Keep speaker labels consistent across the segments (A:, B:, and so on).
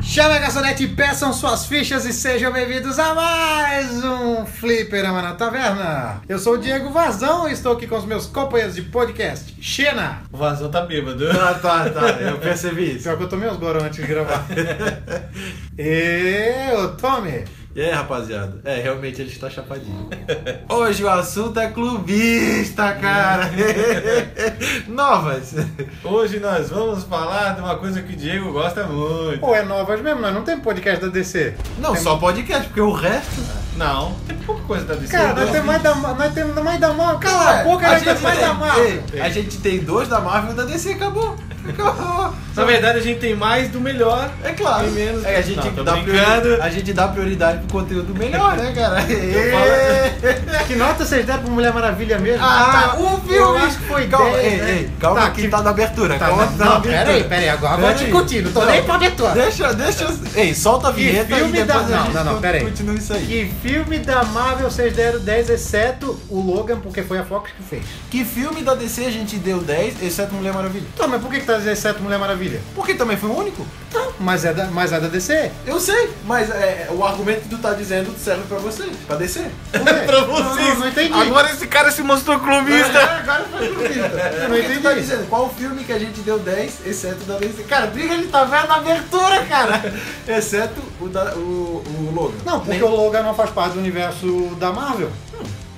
A: Chama a garçonete, peçam suas fichas e sejam bem-vindos a mais um Fliperama na Taverna. Eu sou o Diego Vazão e estou aqui com os meus companheiros de podcast, Xena.
B: O Vazão tá bêbado.
C: Tá, tá, tá. Eu percebi isso.
A: Pior que eu tomei uns gorão antes de gravar. e o Tommy.
C: E aí, rapaziada? É, realmente ele está chapadinho. Hoje o assunto é clubista, cara. Novas.
B: Hoje nós vamos falar de uma coisa que o Diego gosta muito.
A: Pô, é nova hoje mesmo, nós não tem podcast da DC.
C: Não,
A: Tem-
C: só podcast, porque o resto.
B: Não, tem pouca coisa né? da DC.
A: Cara, nós
B: não.
A: temos mais da, nós temos mais da Marvel. Cala a
C: É,
A: boca, né, nós temos mais da Marvel.
C: Ei, a gente tem dois da Marvel e da DC, acabou. Acabou.
B: Na verdade, a gente tem mais do melhor.
C: É claro.
B: Tem menos.
C: É, a, gente
B: Não, tô
C: dá priori...
B: brincando.
C: a gente dá prioridade pro conteúdo melhor, né, cara?
A: Que nota vocês deram pra Mulher Maravilha mesmo?
C: Ah, tá. Um
A: Eu
C: filme.
A: acho que foi
C: calma,
A: 10,
C: ei,
A: né?
C: ei, calma
A: Tá,
C: que,
A: que-
C: tá na abertura.
A: Tá,
C: calma,
A: não,
C: que tá
A: não,
C: na abertura.
A: pera aí, pera aí, agora vamos
C: Pera aí.
A: discutir, não tô nem pra abertura.
C: Deixa, deixa. Ei, solta a
A: Que
C: vinheta
A: filme
C: e depois
A: da-
C: a
A: não,
C: gente
A: não, não,
C: con-
A: pera aí.
C: continua isso aí.
A: Que filme da Marvel vocês deram 10, exceto o Logan, porque foi a Fox que fez.
C: Que filme da DC a gente deu 10, exceto Mulher Maravilha?
A: Tá, mas por que, que tá 17 Mulher Maravilha?
C: Porque também foi o único.
A: Tá, mas é da, mas é da DC.
C: Eu sei, mas é, o argumento que tu tá dizendo serve pra você, pra DC.
A: Por quê?
B: pra
A: Não,
B: vocês.
A: não entendi. É.
B: Agora esse cara se mostrou clubista.
C: É, Agora foi
A: Eu
C: bonito.
A: não
C: Porque tu tá
A: entendi.
C: dizendo qual o filme que a gente deu 10, exceto o da DC. Cara, briga de taverna na abertura, cara. Exceto o, da, o, o Logan.
A: Não, porque
C: Nem-
A: o Logan não faz parte do universo da Marvel.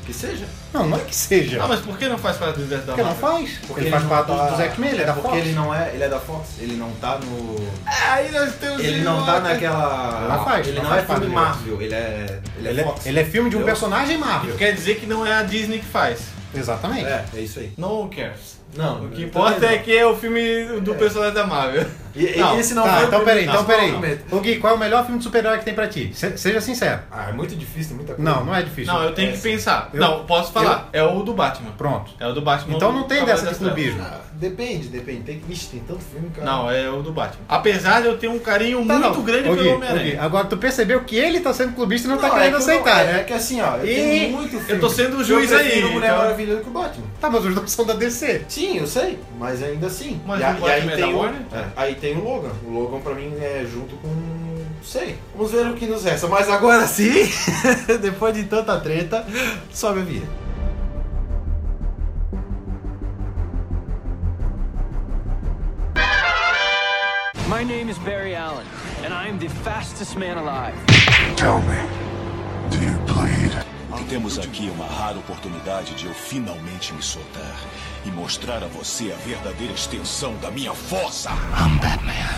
C: Que seja.
A: Não, não é que seja.
B: Ah, mas por que não faz parte do universo da
A: porque não
B: Marvel?
A: faz. Porque ele
C: não
A: faz parte
C: tá-
A: dos X-Men, ele é da
C: porque
A: Fox.
C: ele não é, ele é da Fox, ele não tá no...
B: Aí nós temos. um
C: Ele não tá naquela.
A: Ela faz,
C: ele
A: ela
C: não
A: faz
C: é
A: parte
C: filme
A: dele.
C: Marvel, ele é. Ele é
A: Ele é,
C: Fox.
A: ele é filme de um
C: Eu-
A: personagem Marvel.
B: Quer dizer que não é a Disney que faz.
A: Exatamente.
C: É, é isso aí.
B: No one cares.
C: Não,
A: tá
B: O que importa é que é o filme do personagem da Marvel.
C: E, e
B: Não,
C: esse não
A: tá,
C: foi o
A: então peraí,
C: primeiro-
A: então peraí.
C: não, não.
A: O Gui, qual é o melhor filme de super-herói que tem pra ti? Se- seja sincero.
C: Ah, é muito difícil, tem muita coisa.
A: Não, não é difícil.
B: Não, eu tenho que
C: Esse.
B: pensar.
A: Eu-
B: Não, posso falar. É o do Batman.
A: Pronto.
B: É o do Batman.
A: Então não tem
B: Cavaleiro
A: dessa de
B: das Trevas.
A: clubismo.
C: Ah, depende, depende. Tem, vixe, tem tanto filme, cara.
B: Não, é o do Batman. Apesar de eu ter um carinho
A: Tá,
B: muito
A: não.
B: grande
A: Ô, Gui,
B: pelo
A: ô, Gui,
B: Homem-Aranha.
A: Agora tu percebeu que ele tá sendo clubista e não, tá
C: é
A: querendo
C: que eu
A: aceitar,
C: não, é,
A: né?
C: É que assim, ó, eu
A: E-
C: tenho muito filme.
B: tô sendo o juiz
C: eu
B: aí,
C: prefiro Mulher
B: então.
C: Maravilha do que o Batman.
A: Tá, mas os dois são da DC.
C: Sim, eu sei, mas ainda assim.
B: Mas
C: e, a-
B: o
C: e
B: Batman
C: aí
B: é da
C: tem o,
B: Warner?
C: é, aí tem o Logan. O Logan pra mim é junto com. não sei. Vamos ver o que nos resta. Mas agora sim, depois de tanta treta, sobe a vinheta.
D: My name is Barry Allen, and I am the fastest man alive.
E: Tell me, do you bleed?
F: Temos aqui uma rara oportunidade de eu finalmente me soltar e mostrar a você a verdadeira extensão da minha força.
E: I'm Batman.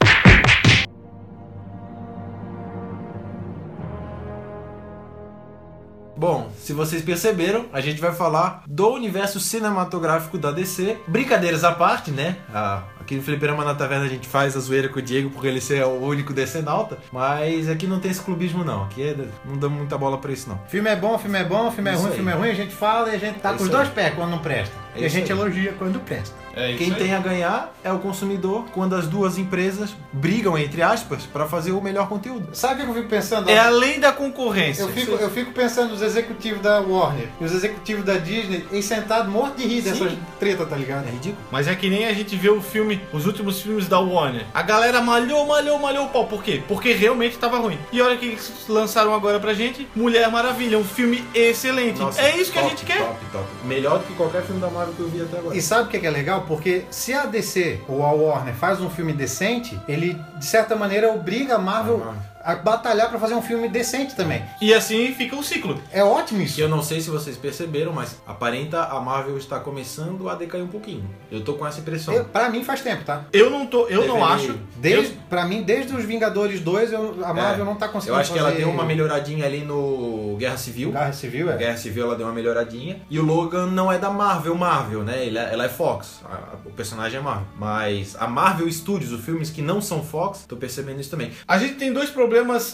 C: Bom, se vocês perceberam, a gente vai falar do universo cinematográfico da DC. Brincadeiras à parte, né? Ah, aqui no Fliperama na Taverna a gente faz a zoeira com o Diego porque ele é o único DC nauta. Mas aqui não tem esse clubismo, não. Aqui é- não damos muita bola pra isso, não.
A: Filme é bom, filme é bom, filme é
C: Isso
A: ruim,
C: aí.
A: filme é ruim, a gente fala e a gente tá
C: É
A: com os
C: isso
A: dois
C: aí.
A: pés quando não presta.
C: É
A: e a
C: isso
A: gente
C: aí.
A: elogia quando presta.
B: É isso
C: Quem
B: aí.
C: tem a ganhar é o consumidor quando as duas empresas brigam, entre aspas, pra fazer o melhor conteúdo.
A: Sabe o que eu fico pensando?
B: É além da concorrência.
A: Eu fico, eu fico pensando nos executivos da Warner e os executivos da Disney e sentado morto de rir dessas treta, tá ligado?
C: É ridículo.
B: Mas é que nem a gente vê o filme, os últimos filmes da Warner. A galera malhou, malhou, malhou o pau. Por quê? Porque realmente tava ruim. E olha o que eles lançaram agora pra gente: Mulher Maravilha, um filme excelente. é isso que a
C: top,
B: gente quer.
C: Top, top. Melhor do que qualquer filme da Marvel que eu vi até agora.
A: E sabe o que é que é legal? Porque se a DC ou a Warner faz um filme decente, ele de certa maneira obriga a Marvel
C: Ah,
A: a batalhar pra fazer um filme decente também.
B: E assim fica o ciclo.
A: É ótimo isso.
C: E Eu não sei se vocês perceberam, mas aparenta a Marvel está começando a decair um pouquinho. Eu tô com essa impressão.
A: Eu, pra mim faz tempo, tá?
B: Eu não tô, eu não
C: Deveria.
B: acho.
A: Desde, pra mim, desde os Vingadores 2, eu- a Marvel não tá
C: É, Eu
A: conseguindo
C: acho que ela
A: fazer
C: deu uma melhoradinha ali no Guerra Civil.
A: Guerra Civil, é.
C: Guerra Civil ela deu uma melhoradinha. E o Logan não é da Marvel, Marvel, né? Ele é- ela é Fox. A- o personagem é Marvel. Mas a Marvel Studios, os filmes que não são Fox, tô percebendo isso também.
B: A gente tem dois problemas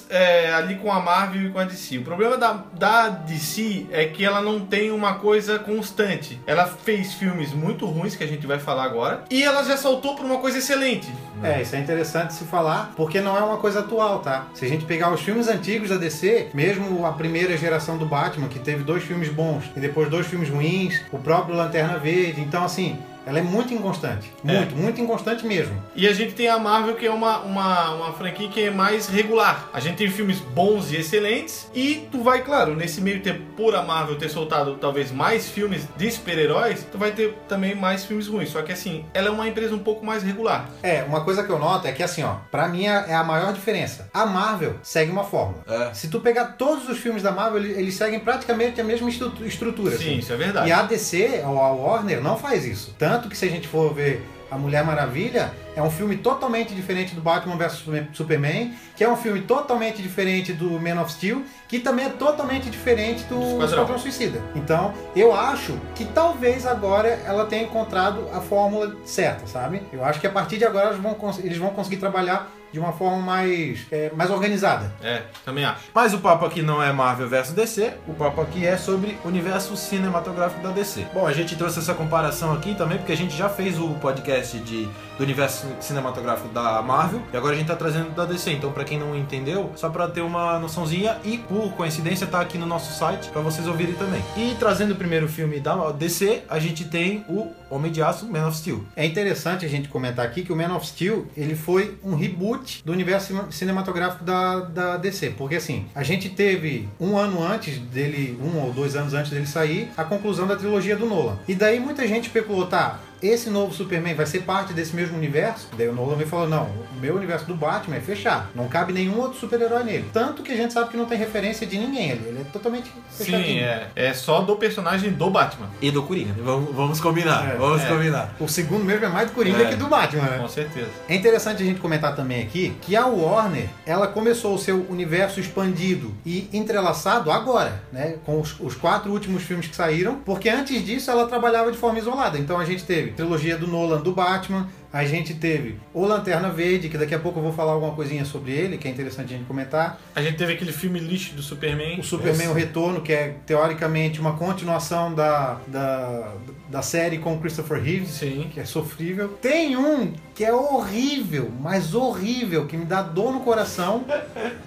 B: é, ali com a Marvel e com a DC. O problema da, da DC é que ela não tem uma coisa constante. Ela fez filmes muito ruins, que a gente vai falar agora, e ela já saltou pra uma coisa excelente.
A: É, isso é interessante se falar, porque não é uma coisa atual, tá? Se a gente pegar os filmes antigos da DC, mesmo a primeira geração do Batman, que teve dois filmes bons e depois dois filmes ruins, o próprio Lanterna Verde, então assim. Ela é muito inconstante. Muito, muito inconstante mesmo.
B: E a gente tem a Marvel, que é uma, uma, uma franquia que é mais regular. A gente tem filmes bons e excelentes. E tu vai, claro, nesse meio tempo, por a Marvel ter soltado talvez mais filmes de super-heróis, tu vai ter também mais filmes ruins. Só que assim, ela é uma empresa um pouco mais regular.
A: É, uma coisa que eu noto é que assim, ó, pra mim é é a maior diferença. A Marvel segue uma fórmula.
C: É.
A: Se tu pegar todos os filmes da Marvel, ele- eles seguem praticamente a mesma estru- estrutura.
B: Sim,
A: assim.
B: isso é verdade.
A: E a DC, ou a Warner, não faz isso. Tanto que se a gente for ver A Mulher Maravilha, é um filme totalmente diferente do Batman vs Super- Superman, que é um filme totalmente diferente do Man of Steel, que também é totalmente diferente do
B: Esquadrão.
A: Esquadrão, Suicida. Então, eu acho que talvez agora ela tenha encontrado a fórmula certa, sabe? Eu acho que a partir de agora eles vão, cons- eles vão conseguir trabalhar de uma forma mais, é, mais organizada.
B: É, também acho.
C: Mas o papo aqui não é Marvel versus DC, o papo aqui é sobre o universo cinematográfico da DC. Bom, a gente trouxe essa comparação aqui também porque a gente já fez o podcast de, do universo cinematográfico da Marvel e agora a gente tá trazendo da DC. Então, pra quem não entendeu, só pra ter uma noçãozinha e por coincidência tá aqui no nosso site pra vocês ouvirem também. E trazendo o primeiro filme da DC, a gente tem o Homem de Aço, Man of Steel.
A: É interessante a gente comentar aqui que o Man of Steel ele foi um reboot do universo cin- cinematográfico da, da DC, porque assim a gente teve um ano antes dele, um ou dois anos antes dele sair, a conclusão da trilogia do Nolan. E daí muita gente especulou, tá? Esse novo Superman vai ser parte desse mesmo universo? Daí o Nolan me falou, não, o meu universo do Batman é fechado, não cabe nenhum outro super-herói nele. Tanto que a gente sabe que não tem referência de ninguém, ele, ele é totalmente fechadinho.
B: Sim, é. É só do personagem do Batman.
C: E do Coringa. Vamos, vamos combinar,
A: É,
C: vamos
B: é.
C: combinar.
A: O segundo mesmo é mais do Coringa
B: É.
A: que do Batman, né?
B: Com certeza.
A: É interessante a gente comentar também aqui que a Warner ela começou o seu universo expandido e entrelaçado agora, né? Com os, os quatro últimos filmes que saíram, porque antes disso ela trabalhava de forma isolada. Então a gente teve trilogia do Nolan do Batman, a gente teve o Lanterna Verde, que daqui a pouco eu vou falar alguma coisinha sobre ele, que é interessante a gente comentar.
B: A gente teve aquele filme lixo do Superman.
A: O Superman O Retorno, que é teoricamente uma continuação da, da, da série com Christopher Reeves
B: Sim.
A: que é sofrível. Tem um que é horrível, mas horrível, que me dá dor no coração,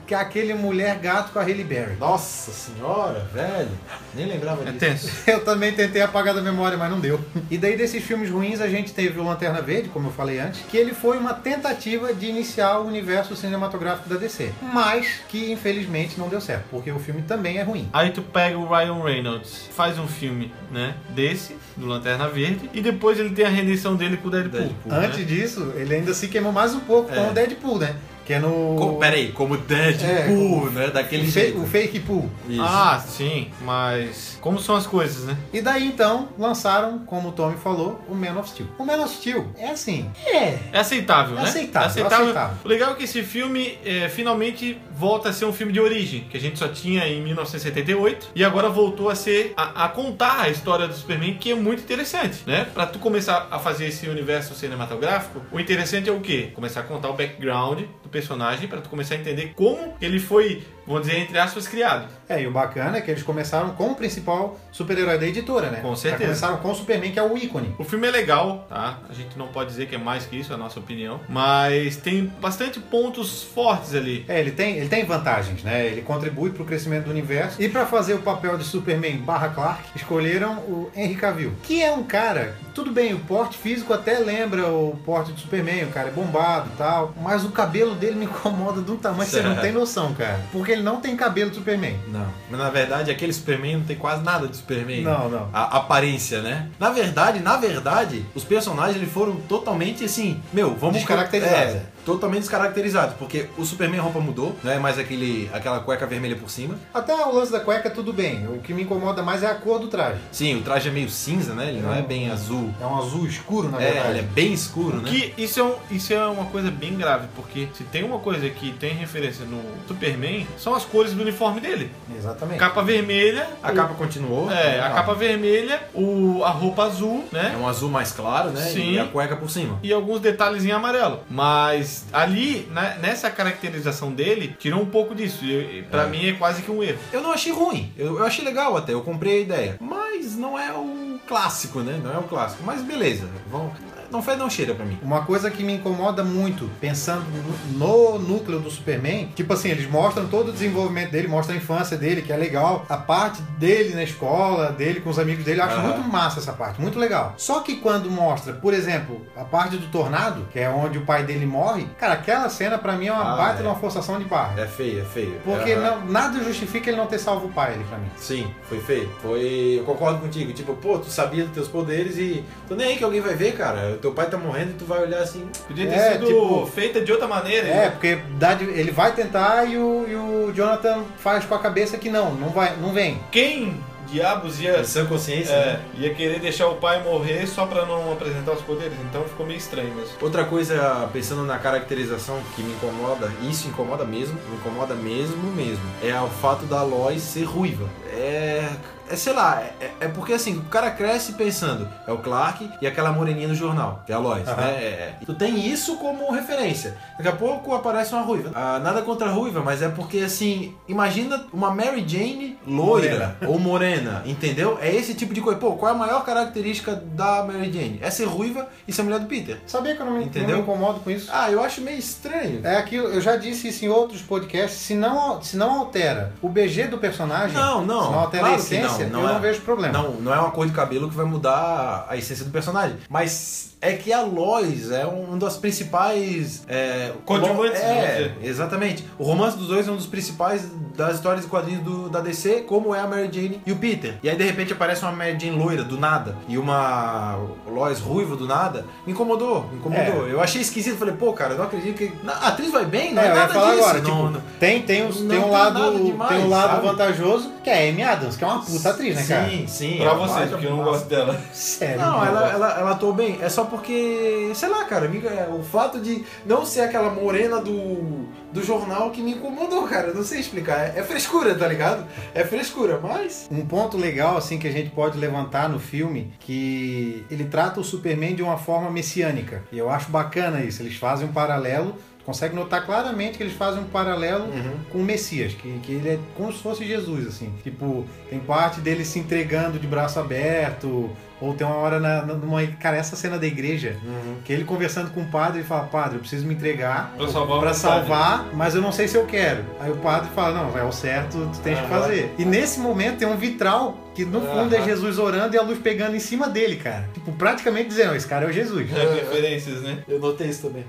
A: que é aquele mulher gato com a Haley Berry.
C: Nossa senhora, velho. Nem lembrava
B: É
C: disso.
B: tenso.
A: Eu também tentei apagar da memória, mas não deu. E daí desses filmes ruins a gente teve o Lanterna Verde, como eu falei antes, que ele foi uma tentativa de iniciar o universo cinematográfico da DC, mas que infelizmente não deu certo, porque o filme também é ruim.
B: Aí tu pega o Ryan Reynolds, faz um filme, né, desse, do Lanterna Verde, e depois ele tem a redenção dele com o Deadpool.
C: Deadpool,
B: né?
A: Antes disso, ele ainda se queimou mais um pouco com o Deadpool, né? Que é no
C: Como, peraí, como
A: É,
C: Deadpool,
A: como-
C: né? Daquele
A: o, fake,
C: jeito.
A: o fake pool.
C: Isso.
B: Ah, sim, mas como são as coisas, né?
A: E daí então lançaram, como o Tommy falou, o Man of Steel. O Man of Steel é assim. É.
B: É aceitável,
A: É
B: né?
A: aceitável, é aceitável.
B: O legal é que esse filme é, finalmente volta a ser um filme de origem, que a gente só tinha em 1978, e agora voltou a ser a, a contar a história do Superman, que é muito interessante, né? Pra tu começar a fazer esse universo cinematográfico, o interessante é o quê? Começar a contar o background do personagem pra tu começar a entender como ele foi, vamos dizer, entre aspas, criado.
A: É, e o bacana é que eles começaram com o principal super-herói da editora, né?
B: Com certeza.
A: Já começaram com o Superman, que é o ícone.
B: O filme é legal, tá? A gente não pode dizer que é mais que isso, é a nossa opinião, mas tem bastante pontos fortes ali.
A: É, ele tem, ele tem vantagens, né? Ele contribui pro crescimento do universo. E pra fazer o papel de Superman barra Clark, escolheram o Henry Cavill, que é um cara, tudo bem, o porte físico até lembra o porte do Superman, o cara é bombado e tal, mas o cabelo dele me incomoda de um tamanho que você não
C: Certo.
A: tem noção, cara. Porque ele não tem cabelo do Superman.
C: Não. Mas na verdade, aquele Superman não tem quase nada de Superman.
A: Não, não.
C: A aparência, né? Na verdade, na verdade, os personagens eles foram totalmente assim, meu, vamos
A: Descaracterizados,
C: É,
A: é.
C: totalmente descaracterizados, porque o Superman roupa mudou, não é mais aquele aquela cueca vermelha por cima.
A: Até o lance da cueca, tudo bem. O que me incomoda mais é a cor do traje.
C: Sim, o traje é meio cinza, né? Ele não é bem azul.
A: É um azul escuro, na
C: É,
A: verdade.
C: ele é bem escuro, né?
B: Que isso é, um- isso é uma coisa bem grave, porque se tem uma coisa que tem referência no Superman, são as cores do uniforme dele.
C: é
A: Exatamente.
B: Capa vermelha,
C: A
B: o-
C: capa continuou.
B: é, a
C: Não.
B: capa vermelha, o, a roupa azul,
C: é
B: né?
C: um azul mais claro, né?
B: Sim.
C: E a cueca por cima.
A: um
B: E alguns detalhes em amarelo. Mas ali, né, nessa caracterização dele, tirou um pouco disso. E, e pra
C: É.
B: mim é quase que um erro.
C: Eu não achei ruim. Eu, eu achei legal até. Eu comprei a ideia. Mas não é o clássico, né? Não é o clássico. Mas beleza. Vão... Não faz, não cheira pra mim.
A: Uma coisa que me incomoda muito, pensando no no núcleo do Superman, tipo assim, eles mostram todo o desenvolvimento dele, mostram a infância dele, que é legal, a parte dele na escola, dele com os amigos dele, eu acho
C: Aham.
A: muito massa essa parte, muito legal. Só que quando mostra, por exemplo, a parte do tornado, que é onde o pai dele morre, cara, aquela cena pra mim é uma
C: Ah,
A: baita
C: é.
A: de uma forçação de barra.
C: É feio, é feio.
A: Porque
C: Aham.
A: não- nada justifica ele não ter salvo o pai ali pra mim.
C: Sim, foi feio. Foi. Eu concordo contigo. Tipo, pô, tu sabia dos teus poderes e. Tô nem aí que alguém vai ver, cara. Teu pai tá morrendo e tu vai olhar assim.
B: Podia ter
A: É,
B: sido
A: tipo-
B: feita de outra maneira.
A: É, porque dá de- ele vai tentar e o, e o Jonathan faz com a cabeça que não, não vai, não vem.
B: Quem diabos ia,
C: É sã consciência.
B: é,
C: né?
B: ia querer deixar o pai morrer só pra não apresentar os poderes? Então ficou meio estranho mesmo.
C: Outra coisa, pensando na caracterização que me incomoda, isso incomoda mesmo, me incomoda mesmo mesmo, é o fato da Lois ser ruiva. É. É, sei lá, é, é porque assim, o cara cresce pensando, é o Clark e aquela moreninha no jornal, que é a Lois,
A: Aham.
C: né? É, é. Tu tem isso como referência. Daqui a pouco aparece uma ruiva. Ah, nada contra a ruiva, mas é porque assim, imagina uma Mary Jane loira ou morena, entendeu? É esse tipo de coisa. Pô, qual é a maior característica da Mary Jane? É ser ruiva e ser mulher do Peter.
A: Sabia que eu não me, não
C: Entendeu?
A: me incomodo com isso?
C: Ah, eu acho meio estranho.
A: É aquilo, eu já disse isso em outros podcasts, se não, se não altera o BG do personagem,
C: Não, não.
A: se não altera
C: Claro
A: a
C: que
A: essência,
C: não, não
A: é eu
C: é.
A: não vejo problema.
C: Não, não é uma cor de cabelo que vai mudar a essência do personagem. Mas é que a Lois é um, um das principais. É,
B: Coadjuvantes,
C: É,
B: vamos
C: exatamente. O romance dos dois é um dos principais das histórias e quadrinhos do- da DC, como é a Mary Jane e o Peter. E aí de repente aparece uma Mary Jane loira do nada e uma Lois ruiva do nada. Me incomodou, me incomodou. Eu achei esquisito. Falei, pô, cara, eu não acredito que. Na- A atriz vai bem, não é,
A: É, eu ia
C: nada
A: falar
C: disso.
A: agora,
C: não-
A: tipo,
C: não-
A: tem, tem, uns,
C: não
A: tem um
C: tem nada
A: lado,
C: demais,
A: tem um lado
C: sabe?
A: vantajoso, que é a Amy Adams, que é uma puta atriz, né, cara?
C: Sim, sim.
B: Pra
C: é
B: você,
C: baita
B: porque eu não
C: massa.
B: gosto dela.
A: Sério.
C: Não,
A: meu
C: ela,
A: Deus.
C: ela, ela atuou bem. É só porque, sei lá, cara, me- é, o fato de não ser aquela morena do, do jornal que me incomodou, cara. Eu Não sei explicar. É, é frescura, tá ligado? É frescura, mas.
A: Um ponto legal, assim, que a gente pode levantar no filme, que ele trata o Superman de uma forma messiânica. E eu acho bacana isso. Eles fazem um paralelo, tu consegue notar claramente que eles fazem um paralelo
B: Uhum.
A: com o Messias, que, que ele é como se fosse Jesus, assim. Tipo, tem parte dele se entregando de braço aberto, ou tem uma hora na, na- numa. Cara, essa cena da igreja, que ele conversando com o padre e fala: Padre, eu preciso me entregar
B: Uhum. Pra salvar a
A: pra
B: humanidade.
A: salvar, mas eu não sei se eu quero. Aí o padre fala, não, é o certo, tu tens que
C: Aham.
A: fazer. E nesse momento tem um vitral que no fundo é
C: Aham.
A: Jesus orando e a luz pegando em cima dele, cara. Tipo, praticamente dizendo, esse cara é o Jesus.
B: As referências, né?
C: Eu notei isso também.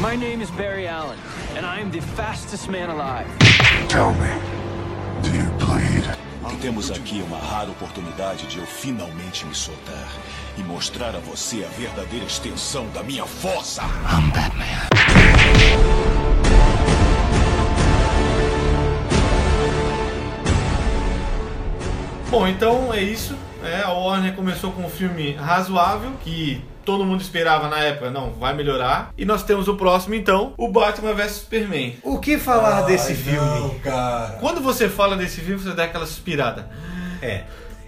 D: My name is Barry Allen, and I am the fastest man alive.
E: Tell me, do you bleed?
F: Temos aqui uma rara oportunidade de eu finalmente me soltar e mostrar a você a verdadeira extensão da minha força.
E: I'm Batman.
B: Bom, então é isso. né? a Warner começou com um filme razoável que todo mundo esperava na época, não, vai melhorar. E nós temos o próximo, então, o Batman vs Superman.
A: O que falar desse filme?
C: cara.
B: Quando você fala desse filme, você dá aquela suspirada.
A: É.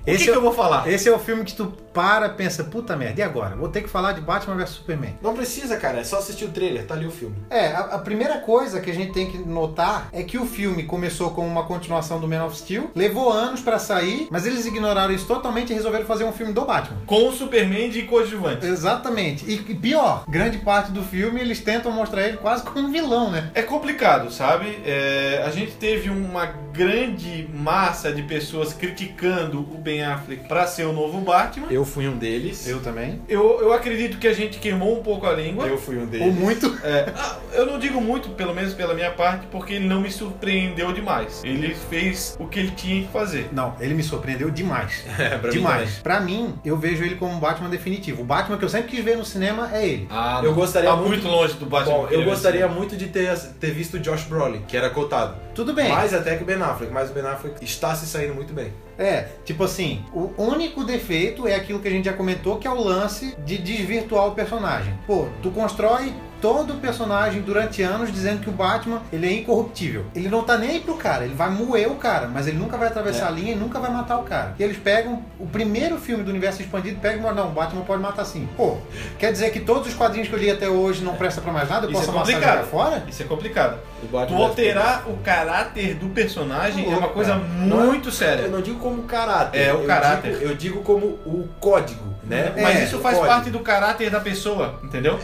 B: O
A: Esse
B: que,
A: é
B: que eu
A: o...
B: vou falar?
A: Esse é o filme que tu para, pensa, puta merda, e agora? Vou ter que falar de Batman vs Superman.
C: Não precisa, cara. É só assistir o trailer. Tá ali o filme.
A: É, a, a primeira coisa que a gente tem que notar é que o filme começou como uma continuação do Man of Steel, levou anos pra sair, mas eles ignoraram isso totalmente e resolveram fazer um filme do Batman.
B: Com o Superman de coadjuvante.
A: Exatamente. E e pior, grande parte do filme eles tentam mostrar ele quase como um vilão, né?
B: É complicado, sabe? É, a gente teve uma grande massa de pessoas criticando o Ben Affleck pra ser o novo Batman.
C: Eu fui um deles. Eu,
A: também.
B: Eu, eu acredito que a gente queimou um pouco a língua.
C: fui um
A: Ou
C: deles.
A: muito.
B: É, ah, eu não digo muito, pelo menos pela minha parte, porque ele não me surpreendeu demais. Ele fez o que ele tinha que fazer.
A: Não, ele me surpreendeu demais.
C: É, pra mim
A: demais.
C: também.
A: Pra mim, eu vejo ele como um Batman definitivo. O Batman que eu sempre quis ver no cinema é ele.
C: Ah, Eu gostaria
B: tá
C: muito.
B: muito longe do Batman.
C: Bom,
B: que
C: eu
B: ele é,
C: gostaria muito de ter, ter visto o Josh Brolin, que era cotado.
A: Tudo bem.
C: Mais até que o Ben Affleck, mas o Ben Affleck está se saindo muito bem.
A: É, tipo assim, o único defeito é aquilo que a gente já comentou, que é o lance de desvirtuar o personagem. Pô, tu constrói todo personagem durante anos dizendo que o Batman ele é incorruptível. Ele não tá nem aí pro cara, ele vai moer o cara, mas ele nunca vai
B: É.
A: atravessar a linha e nunca vai matar o cara. E eles pegam o primeiro filme do universo expandido, pegam e mostram, não, o Batman pode matar sim. Pô, quer dizer que todos os quadrinhos que eu li até hoje não presta pra mais nada, eu
B: Isso
A: posso
B: é
A: amassar e
B: complicado.
A: jogar fora?
B: Isso é complicado.
C: O Batman
B: Tu
C: deve
B: alterar o caráter do personagem
C: Tá
B: é
C: louco,
B: uma coisa
C: cara.
B: muito
C: Eu
B: séria.
C: não digo como caráter.
B: É, o
C: eu
B: caráter.
C: digo- eu digo como o código, né?
B: Mas
A: É,
B: isso faz
C: código.
B: parte do caráter da pessoa, entendeu?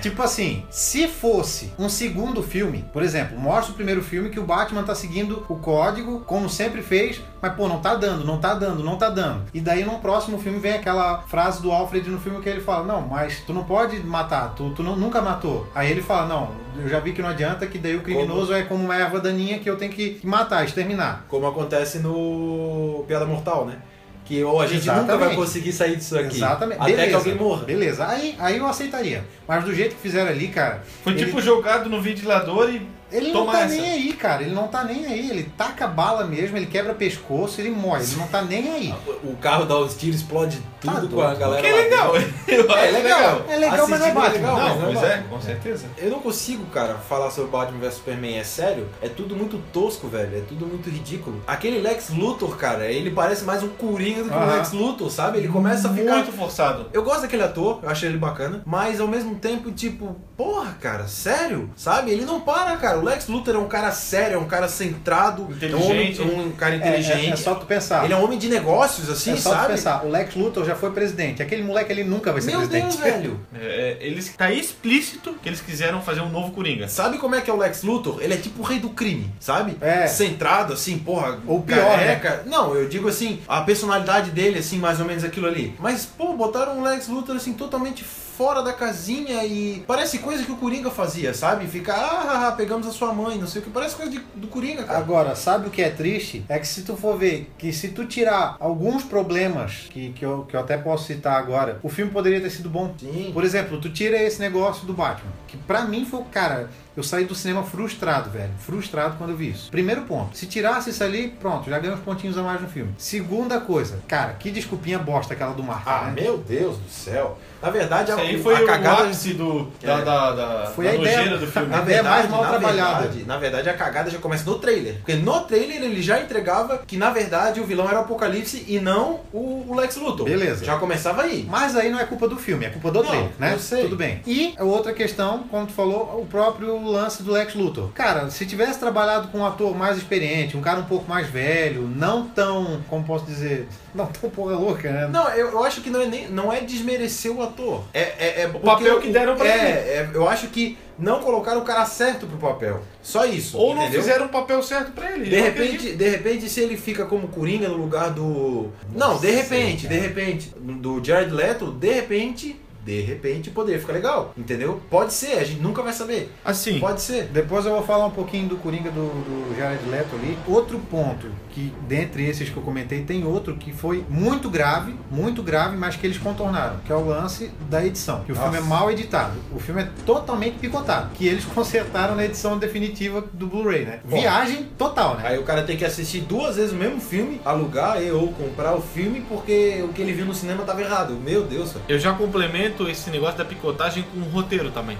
A: Tipo assim, se fosse um segundo filme, por exemplo, mostra o primeiro filme que o Batman tá seguindo o código, como sempre fez, mas pô, não tá dando, não tá dando, não tá dando. E daí no próximo filme vem aquela frase do Alfred no filme que ele fala: Não, mas tu não pode matar, tu, tu nu- nunca matou. Aí ele fala: Não, eu já vi que não adianta, que daí o criminoso é como uma erva daninha que eu tenho que matar, exterminar.
C: Como acontece no Piada Mortal, né? Que ou a gente nunca vai
A: Exatamente.
C: conseguir sair disso aqui.
A: Exatamente.
C: Até
A: Beleza.
C: que alguém morra.
A: Beleza, aí, aí eu aceitaria. Mas do jeito que fizeram ali, cara.
B: Foi
A: ele-
B: tipo jogado no ventilador e
A: Ele
B: Toma
A: não tá
B: essa.
A: nem aí, cara. Ele não tá nem aí. Ele taca bala mesmo, ele quebra pescoço, ele morre. Ele não tá nem aí.
C: O carro dá os tiros, explode
A: Tá
C: tudo
A: doido.
C: com a galera.
B: Que é
C: lá dentro.
B: legal. Eu acho legal.
A: É legal, mas não é
C: Assistir é
A: Batman.
C: legal,
B: Não,
C: mas
B: pois
C: é
B: é,
C: bom.
B: com certeza.
C: Eu não consigo, cara, falar sobre Batman vs Superman, é sério? É tudo muito tosco, velho, é tudo muito ridículo. Aquele Lex Luthor, cara, ele parece mais um coringa do que um
A: Aham.
C: Lex Luthor, sabe? Ele começa a ficar
B: muito forçado.
C: Eu gosto daquele ator, eu acho ele bacana, mas ao mesmo tempo, tipo, porra, cara, sério? Sabe? Ele não para, cara. O Lex Luthor é um cara sério, é um cara centrado,
B: Inteligente.
C: é um, homem- um cara
A: É, é-
C: inteligente.
A: é só tu pensar.
C: Ele é um homem de negócios, assim,
A: é só tu
C: sabe?
A: pensar. O Lex Luthor já foi presidente. Aquele moleque ele nunca vai ser
C: Meu
A: presidente.
C: Deus, velho.
B: É, eles tá explícito que eles quiseram fazer um novo Coringa.
C: Sabe como é que é o Lex Luthor? Ele é tipo o rei do crime, sabe?
A: É.
C: Centrado, assim, porra.
A: Ou pior, né?
C: careca. Não, eu digo assim, a personalidade dele, assim, mais ou menos aquilo ali. Mas, pô, botaram um Lex Luthor, assim, totalmente fora da casinha e parece coisa que o Coringa fazia, sabe? Fica, ah, ah, ah, pegamos a sua mãe, não sei o que. Parece coisa de- do Coringa, cara.
A: Agora, sabe o que é triste? É que se tu for ver que se tu tirar alguns problemas que, que, eu, que eu até posso citar agora, o filme poderia ter sido bom.
C: Sim.
A: Por exemplo, tu tira esse negócio do Batman, que pra mim foi, o cara, eu saí do cinema frustrado, velho. Frustrado quando eu vi isso. Primeiro ponto, se tirasse isso ali, pronto, já ganhei uns pontinhos a mais no filme. Segunda coisa, cara, que desculpinha bosta aquela do Mark,
C: Ah,
A: né?
C: meu Deus do céu. Na verdade,
B: Isso
C: a,
B: aí foi
C: a cagada...
B: o ápice do, da,
C: É.
B: da, da,
A: Foi
B: da
A: a ideia.
B: nojeira do filme.
A: A ideia mais mal trabalhada.
C: Verdade, na verdade, a cagada já começa no trailer. Porque no trailer ele já entregava que, na verdade, o vilão era o Apocalipse e não o, o Lex Luthor.
A: Beleza.
C: Já começava aí.
A: Mas aí não é culpa do filme, é culpa do
C: Não,
A: trailer, né?
C: eu sei.
A: Tudo bem. E a outra questão, como tu falou, o próprio lance do Lex Luthor. Cara, se tivesse trabalhado com um ator mais experiente, um cara um pouco mais velho, não tão, como posso dizer, não tão porra louca, né?
C: Não, eu, eu acho que não é, nem, não é desmerecer o ator. É, é, é o
B: papel que deram pra
C: é, É, eu acho que não colocaram o cara certo pro papel. Só isso.
B: Ou não
C: entendeu?
B: fizeram o papel certo pra ele.
C: De
B: Eu
C: repente,
B: acredito.
C: de repente, se ele fica como Coringa no lugar do. Não, de repente, de repente. Do Jared Leto, de repente. De repente poderia ficar legal, entendeu? Pode ser, a gente nunca vai saber.
B: Assim,
C: Pode ser.
A: Depois eu vou falar um pouquinho do Coringa do, do Jared Leto ali. Outro ponto que, dentre esses que eu comentei, tem outro que foi muito grave, muito grave, mas que eles contornaram, que é o lance da edição. Que o
C: Nossa.
A: filme é mal editado. O filme é totalmente picotado. Que eles consertaram na edição definitiva do Blu-ray, né?
C: Bom.
A: Viagem total, né?
C: Aí o cara tem que assistir duas vezes o mesmo filme, alugar e ou comprar o filme porque o que ele viu no cinema tava errado. Meu Deus, cara.
B: eu já complemento esse negócio da picotagem com o roteiro também.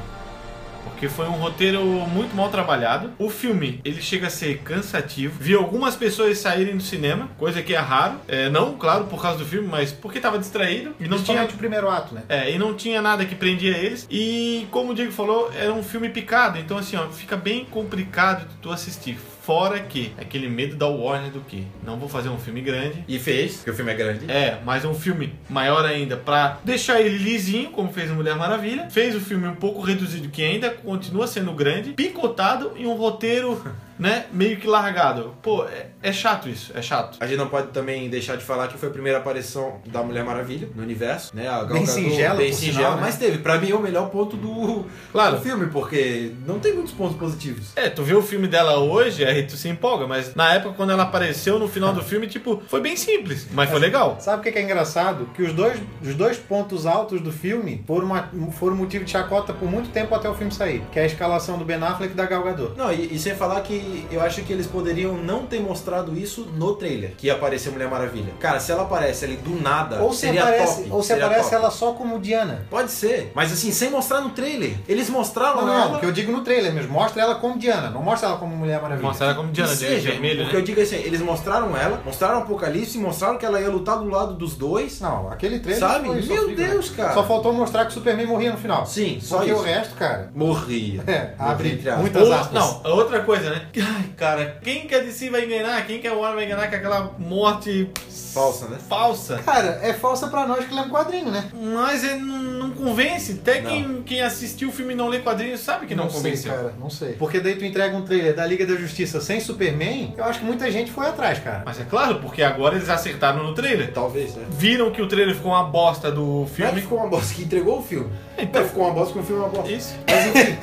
B: Porque foi um roteiro muito mal trabalhado. O filme, ele chega a ser cansativo. Vi algumas pessoas saírem do cinema, coisa que é raro. É, não, claro, por causa do filme, mas porque tava distraído e não tinha
A: Principalmente o primeiro ato, né?
B: É, e não tinha nada que prendia eles. E como o Diego falou, era um filme picado. Então, assim, ó, fica bem complicado de tu assistir. Fora que aquele medo da Warner do que? Não vou fazer um filme grande.
C: E fez, porque o filme é grande.
B: É, mas um filme maior ainda pra deixar ele lisinho, como fez a Mulher Maravilha. Fez o filme um pouco reduzido, que ainda continua sendo grande, picotado e um roteiro, né, meio que largado. Pô, é, é chato isso, é chato.
C: A gente não pode também deixar de falar que foi a primeira aparição da Mulher Maravilha no universo, né? A Gal
A: Bem
C: Gadot,
A: singela,
C: bem
A: por
C: singela,
A: sinal, né?
C: mas teve. Pra mim é o melhor ponto do,
B: Claro.
C: do filme, porque não tem muitos pontos positivos.
B: É, tu vê o filme dela hoje, aí tu se empolga, mas na época quando ela apareceu no final do filme, tipo, foi bem simples, mas foi legal.
A: Sabe o que que é engraçado? Que os dois, os dois pontos altos do filme foram, uma- foram motivo de chacota por muito tempo até o filme sair, que é a escalação do Ben Affleck e da Gal Gadot.
C: Não, e, e sem falar que que eu acho que eles poderiam não ter mostrado isso no trailer, que ia aparecer Mulher Maravilha. Cara, se ela aparece ali do nada,
A: Ou se
C: seria
A: aparece,
C: top.
A: ou se
C: seria
A: aparece
C: top.
A: ela só como Diana.
C: Pode ser, mas assim, sem mostrar no trailer. Eles mostraram
A: Não,
C: ela.
A: não, o que eu digo no trailer mesmo. Mostra ela como Diana, não mostra ela como Mulher Maravilha.
G: Mostra ela como
C: Que
G: Diana de
C: seja,
G: vermelho,
C: o
G: né?
C: que eu digo é assim, eles mostraram ela, mostraram o Apocalipse, mostraram que ela ia lutar do lado dos dois.
A: Não, aquele trailer
C: Sabe?
A: foi
C: Meu
A: sofrível, né?
C: Deus, cara.
A: Só faltou mostrar que o Superman morria no final.
C: Sim, só
A: Porque
C: isso.
A: o resto, cara...
C: Morria.
A: É, abre
C: Morria, entre aspas.
A: muitas
B: Ou,
A: aspas.
B: não, é outra coisa, né? Ai, cara, quem que a DC vai enganar? Quem que a Warner vai enganar com aquela morte
C: Falsa, né?
B: falsa?
A: Cara, é falsa pra nós que lemos quadrinho, né?
B: Mas ele não, não convence. Até
C: Não.
B: Quem, quem assistiu o filme e não lê quadrinhos sabe que não,
A: sei,
B: convenceu.
A: cara, não sei. Porque daí tu entrega um trailer da Liga da Justiça sem Superman, eu acho que muita gente foi atrás, cara.
B: Mas é claro, porque agora eles acertaram no trailer.
C: Talvez, né?
B: Viram que o trailer ficou uma bosta do
C: Não é que
B: filme.
C: ficou uma bosta que entregou o filme.
B: Então-
C: É, ficou uma bosta que o filme é uma bosta.
B: Isso.
C: Mas enfim,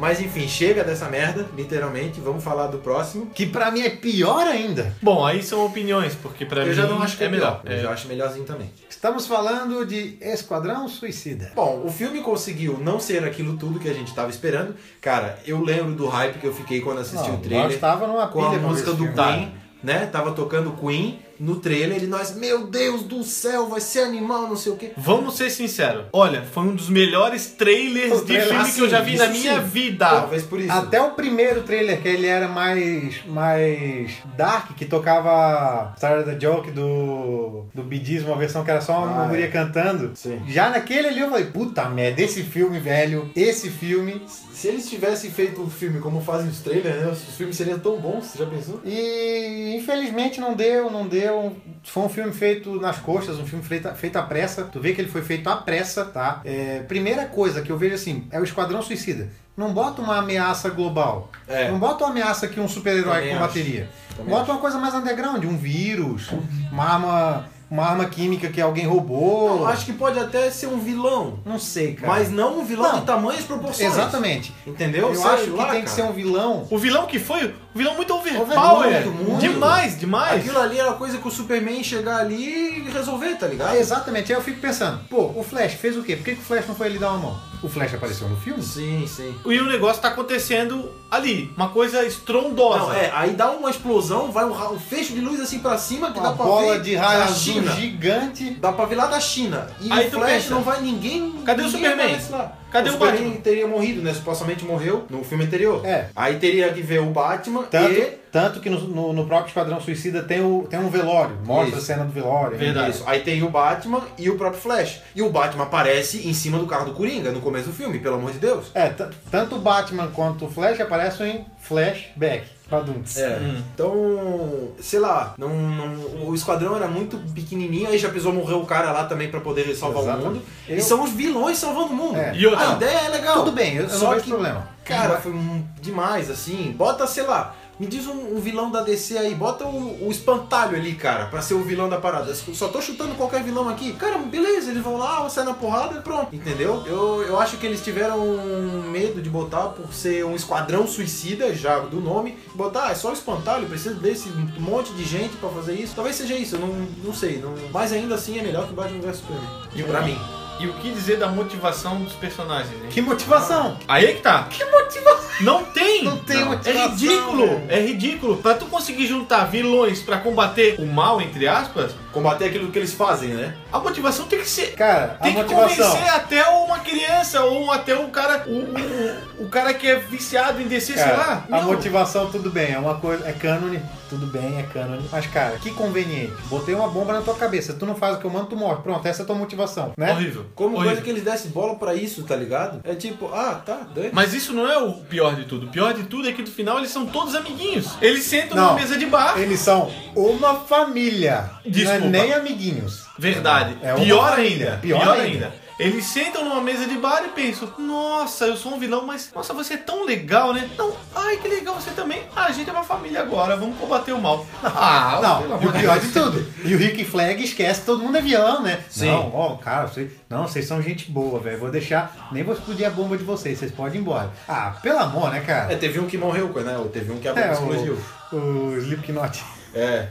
C: mas enfim, chega dessa merda, literalmente. Vamos falar do próximo.
A: Que pra mim é pior ainda.
B: Bom, aí são opiniões, porque pra
C: Eu
B: mim
C: já não acho que é,
B: melhor.
C: melhor. Eu já acho melhorzinho também.
A: Estamos falando de Esquadrão Suicida.
C: Bom, o filme conseguiu não ser aquilo tudo que a gente tava esperando. Cara, eu lembro do hype que eu fiquei quando assisti
A: Não,
C: o trailer.
A: nós tava numa
C: com a
A: pilha pra
C: música
A: ver
C: do
A: esse
C: Queen, né? Tava tocando Queen no trailer e nós, meu Deus do céu, vai ser animal, não sei o quê.
B: Vamos ser sinceros. Olha, foi um dos melhores trailers
A: O
B: de
A: trailer-
B: filme que eu
C: Assim,
B: já vi na
C: isso
B: minha
C: sim.
B: vida.
C: Talvez por isso.
A: Até o primeiro trailer, que ele era mais, mais dark, que tocava Star the Joke do, do Bee Gees, uma versão que era só uma
C: Ah,
A: guria
C: é.
A: cantando.
C: Sim.
A: Já naquele ali eu falei, puta merda, esse filme, velho, esse filme.
C: Se eles tivessem feito o filme como fazem os trailers, né? Os filmes seriam tão bons, você já pensou?
A: E infelizmente não deu, não deu. Foi um filme feito nas costas, um filme feito, feito à pressa. Tu vê que ele foi feito à pressa, tá? É, primeira coisa que eu vejo assim, é o Esquadrão Suicida. Não bota uma ameaça global.
C: É.
A: Não bota uma ameaça que um super-herói
C: Também
A: combateria.
C: Também
A: Bota
C: acho.
A: uma coisa mais underground, um vírus, uma arma, uma arma química que alguém roubou.
C: Eu acho que pode até ser um vilão,
A: Não sei, cara.
C: mas não um vilão
A: Não.
C: de tamanhas proporções.
A: Exatamente.
C: Entendeu?
A: Eu,
C: Sei
A: acho que
C: lá,
A: tem que
C: cara.
A: ser um vilão.
B: O vilão que foi, o vilão muito overpower.
C: Muito, muito.
B: Demais, demais.
C: Aquilo ali era coisa que o Superman chegar ali e resolver, tá ligado?
A: Ah, exatamente. Aí eu fico pensando, pô, o Flash fez o quê? Por que, que o Flash não foi ele dar uma mão? O Flash apareceu no filme?
C: Sim, sim.
B: E o negócio tá acontecendo ali. Uma coisa estrondosa.
C: Não, é, aí dá uma explosão, vai um, ra- um fecho de luz assim pra cima que
A: Uma
C: dá pra
A: bola
C: ver
A: de raio
C: da
A: azul né?
C: China.
A: gigante.
C: Dá pra ver lá da China. E
B: Aí
C: o
B: tu
C: Flash
B: pensa,
C: não vai ninguém.
B: cadê o
C: ninguém
B: Superman?
C: aparece Lá.
B: Cadê
C: o
B: o
C: Superman
B: Batman?
C: teria morrido, né? Supostamente morreu no filme anterior.
A: É.
C: Aí teria que ver o Batman
A: Tanto,
C: e.
A: tanto que no, no- no próprio Esquadrão Suicida tem, o, tem um velório. Mostra
C: Isso.
A: a cena do velório. né?
B: Verdade.
C: Isso. Aí tem o Batman e o próprio Flash. E o Batman aparece em cima do carro do Coringa no começo do filme, pelo amor de Deus.
A: É, t- tanto o Batman quanto o Flash aparecem em flashback. Baduntz.
C: É. Então, sei lá, não, não- o esquadrão era muito pequenininho, aí já precisou morrer o cara lá também pra poder salvar
A: Exato.
C: o mundo.
A: Eu-
C: E são os vilões salvando o mundo.
A: É.
B: E outra-
C: a ideia é legal.
A: Tudo bem, eu- eu não
C: Só
A: vejo
C: que,
A: problema.
C: Cara, foi um- demais, assim. Bota, sei lá, me diz um, um vilão da DC aí, bota o, o espantalho ali, cara, pra ser o vilão da parada. Só tô chutando qualquer vilão aqui. Cara, beleza, eles vão lá, sai na porrada e pronto. Entendeu? Eu, eu acho que eles tiveram um medo de botar por ser um esquadrão suicida, já do nome. Botar, ah, é só o espantalho, preciso desse monte de gente pra fazer isso. Talvez seja isso, eu não, não sei. Não... Mas ainda assim é melhor que Batman vs Superman. E pra mim.
B: E o que dizer da motivação dos personagens, hein?
A: Que motivação!
B: Aí é que tá. Que motivação? Não tem.
A: Não tem motivação,
B: É ridículo.
A: velho.
B: É ridículo. Pra tu conseguir juntar vilões pra combater o mal, entre aspas,
C: Combater aquilo que eles fazem, né?
B: a motivação tem que ser...
A: Cara,
B: Tem
A: a
B: que
A: motivação.
B: convencer até uma criança ou até o cara, um, o, o, o cara que é viciado em descer, sei
A: Cara,
B: lá.
A: É, a
B: Não.
A: motivação, tudo bem, é uma coisa, é cânone, tudo bem, é cânone. Mas, cara, que conveniente. Botei uma bomba na tua cabeça, tu não faz o que eu mando, tu morre. Pronto, essa é a tua motivação, né?
B: Horrível.
C: Como
B: Horrível.
C: coisa que eles dessem bola pra isso, tá ligado? É tipo, ah, tá, dane.
B: Mas isso não é o pior de tudo. O pior de tudo é que no final eles são todos amiguinhos. Eles sentam
A: Não.
B: na mesa de bar.
A: Ah! Eles são uma família. Não
B: Desculpa.
A: é nem amiguinhos.
B: Verdade.
A: É uma
B: pior
A: família.
B: ainda.
A: Pior
B: Pior,
A: ainda.
B: ainda. Eles sentam numa mesa de bar e pensam: Nossa, eu sou um vilão, mas nossa, você é tão legal, né? Então, ai que legal você também. Ah, a gente é uma família agora, vamos combater o mal. Ah, pelo
A: Não, e
B: amor
A: o
B: de
A: pior
B: Deus.
A: de tudo. E o Rick Flag esquece, todo mundo é vilão, né?
C: Sim.
A: Não, ó, cara, vocês, não, vocês são gente boa, velho. Vou deixar, nem vou explodir a bomba de vocês, vocês podem ir embora. Ah, pelo amor, né,
C: É,
A: cara?
C: teve um que morreu, né? Ou teve um que a bomba
A: É,
C: explodiu.
A: o, o Slipknot.
C: É.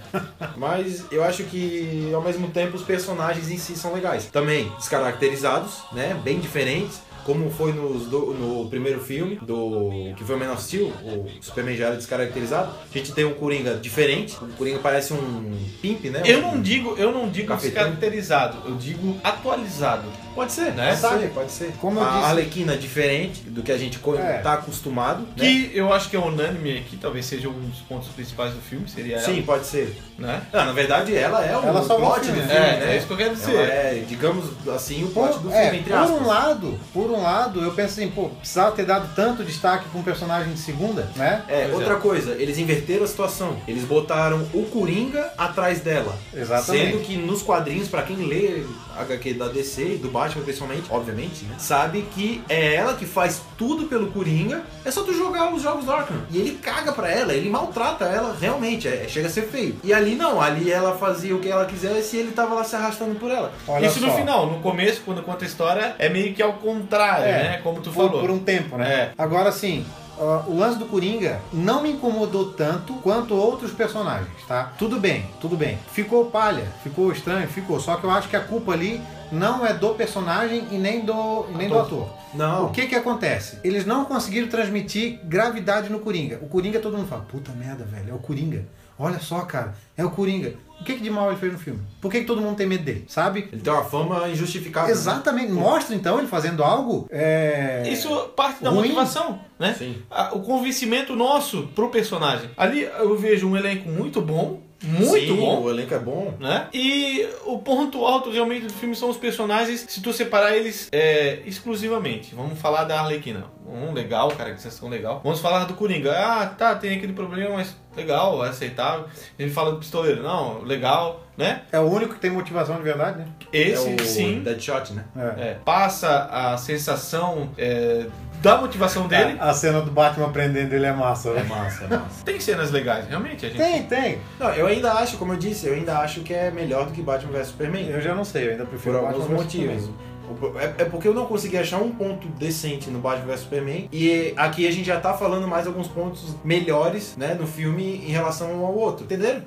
C: Mas eu acho que, ao mesmo tempo, os personagens em si são legais. Também descaracterizados, né? Bem diferentes. como foi nos do- no primeiro filme, do que foi o Man of Steel, o Superman já era descaracterizado, a gente tem um Coringa diferente. O Coringa parece um pimp, né?
B: Eu
C: Um-
B: não digo, eu não digo
C: Capitão.
B: descaracterizado, eu digo atualizado.
C: Pode ser, né?
A: Pode
C: Sabe?
A: ser,
C: Pode ser.
A: Como eu
C: a
A: disse-
C: Arlequina diferente do que a gente co-
A: É.
C: tá acostumado. né?
B: Que eu acho que é unânime aqui, talvez seja um dos pontos principais do filme, seria ela,
C: Sim, É, pode ser.
B: né?
C: Não, na verdade, ela é o
A: Ela salvou o
C: plot
A: filme,
C: do
A: né?
C: filme,
B: É,
C: né?
B: é isso que eu quero dizer.
C: Ela é, digamos assim, o
A: Por,
C: plot do filme,
A: é,
C: entre
A: por
C: aspas.
A: um lado, por um lado, eu penso assim, pô, precisava ter dado tanto destaque pra um personagem de segunda, né?
C: É,
B: Pois
C: outra coisa, eles inverteram a situação. Eles botaram o Coringa atrás dela.
A: Exatamente.
C: Sendo que nos quadrinhos, pra quem lê HQ da DC e do Batman principalmente, obviamente, né, sabe que é ela que faz tudo pelo Coringa. É só tu jogar os jogos do Arkham. E ele caga pra ela, ele maltrata ela, realmente, é- chega a ser feio. E ali não, ali ela fazia o que ela quisesse e ele tava lá se arrastando por ela.
A: Olha
B: Isso no
A: só.
B: final, no começo, quando conta a história, é meio que ao contrário,
A: É,
B: né? Como tu
A: por,
B: falou. É.
A: por um tempo, né? Agora assim, ah, o lance do Coringa não me incomodou tanto quanto outros personagens, tá? Tudo bem, tudo bem. Ficou palha, ficou estranho, ficou. Só que eu acho que a culpa ali não é do personagem e nem do, e nem do ator.
C: Não.
A: O que que acontece? Eles não conseguiram transmitir gravidade no Coringa. O Coringa todo mundo fala, puta merda, velho, é o Coringa. Olha só, cara, é o Coringa. O que que de mal ele fez no filme? Por que que todo mundo tem medo dele, sabe?
C: Ele tem uma fama injustificável. né?
A: Exatamente. Mostra então ele fazendo algo. É...
B: Isso parte da
A: Ruim.
B: motivação, né?
C: Sim.
B: A- O convencimento nosso pro personagem. Ali eu vejo um elenco muito bom, muito
C: Sim,
B: bom.
C: O elenco é bom.
B: Né? E o ponto alto realmente do filme são os personagens, se tu separar eles é, exclusivamente. Vamos falar da Arlequina. Um legal, caracterização legal. Vamos falar do Coringa. Ah, tá, tem aquele problema, mas legal, é aceitável. A gente fala do pistoleiro, não, legal, né?
A: É o único que tem motivação de verdade, né?
B: Esse
C: é o
B: sim
C: Deadshot, né?
A: É.
B: é, passa a sensação é, da motivação dele.
A: A, a cena do Batman prendendo ele é massa,
C: É
A: né?
C: massa, é massa.
B: Tem cenas legais, realmente, a gente.
A: Tem, tem.
C: Não, eu ainda acho, como eu disse, eu ainda acho que é melhor do que Batman vs Superman.
A: Eu já não sei, eu ainda
C: por
A: prefiro o
C: alguns
A: Batman vs
C: motivos.
A: Superman.
C: O- É, é porque eu não consegui achar um ponto decente no Batman vs Superman. E aqui a gente já tá falando mais alguns pontos melhores, né, no filme em relação um ao outro. Entenderam?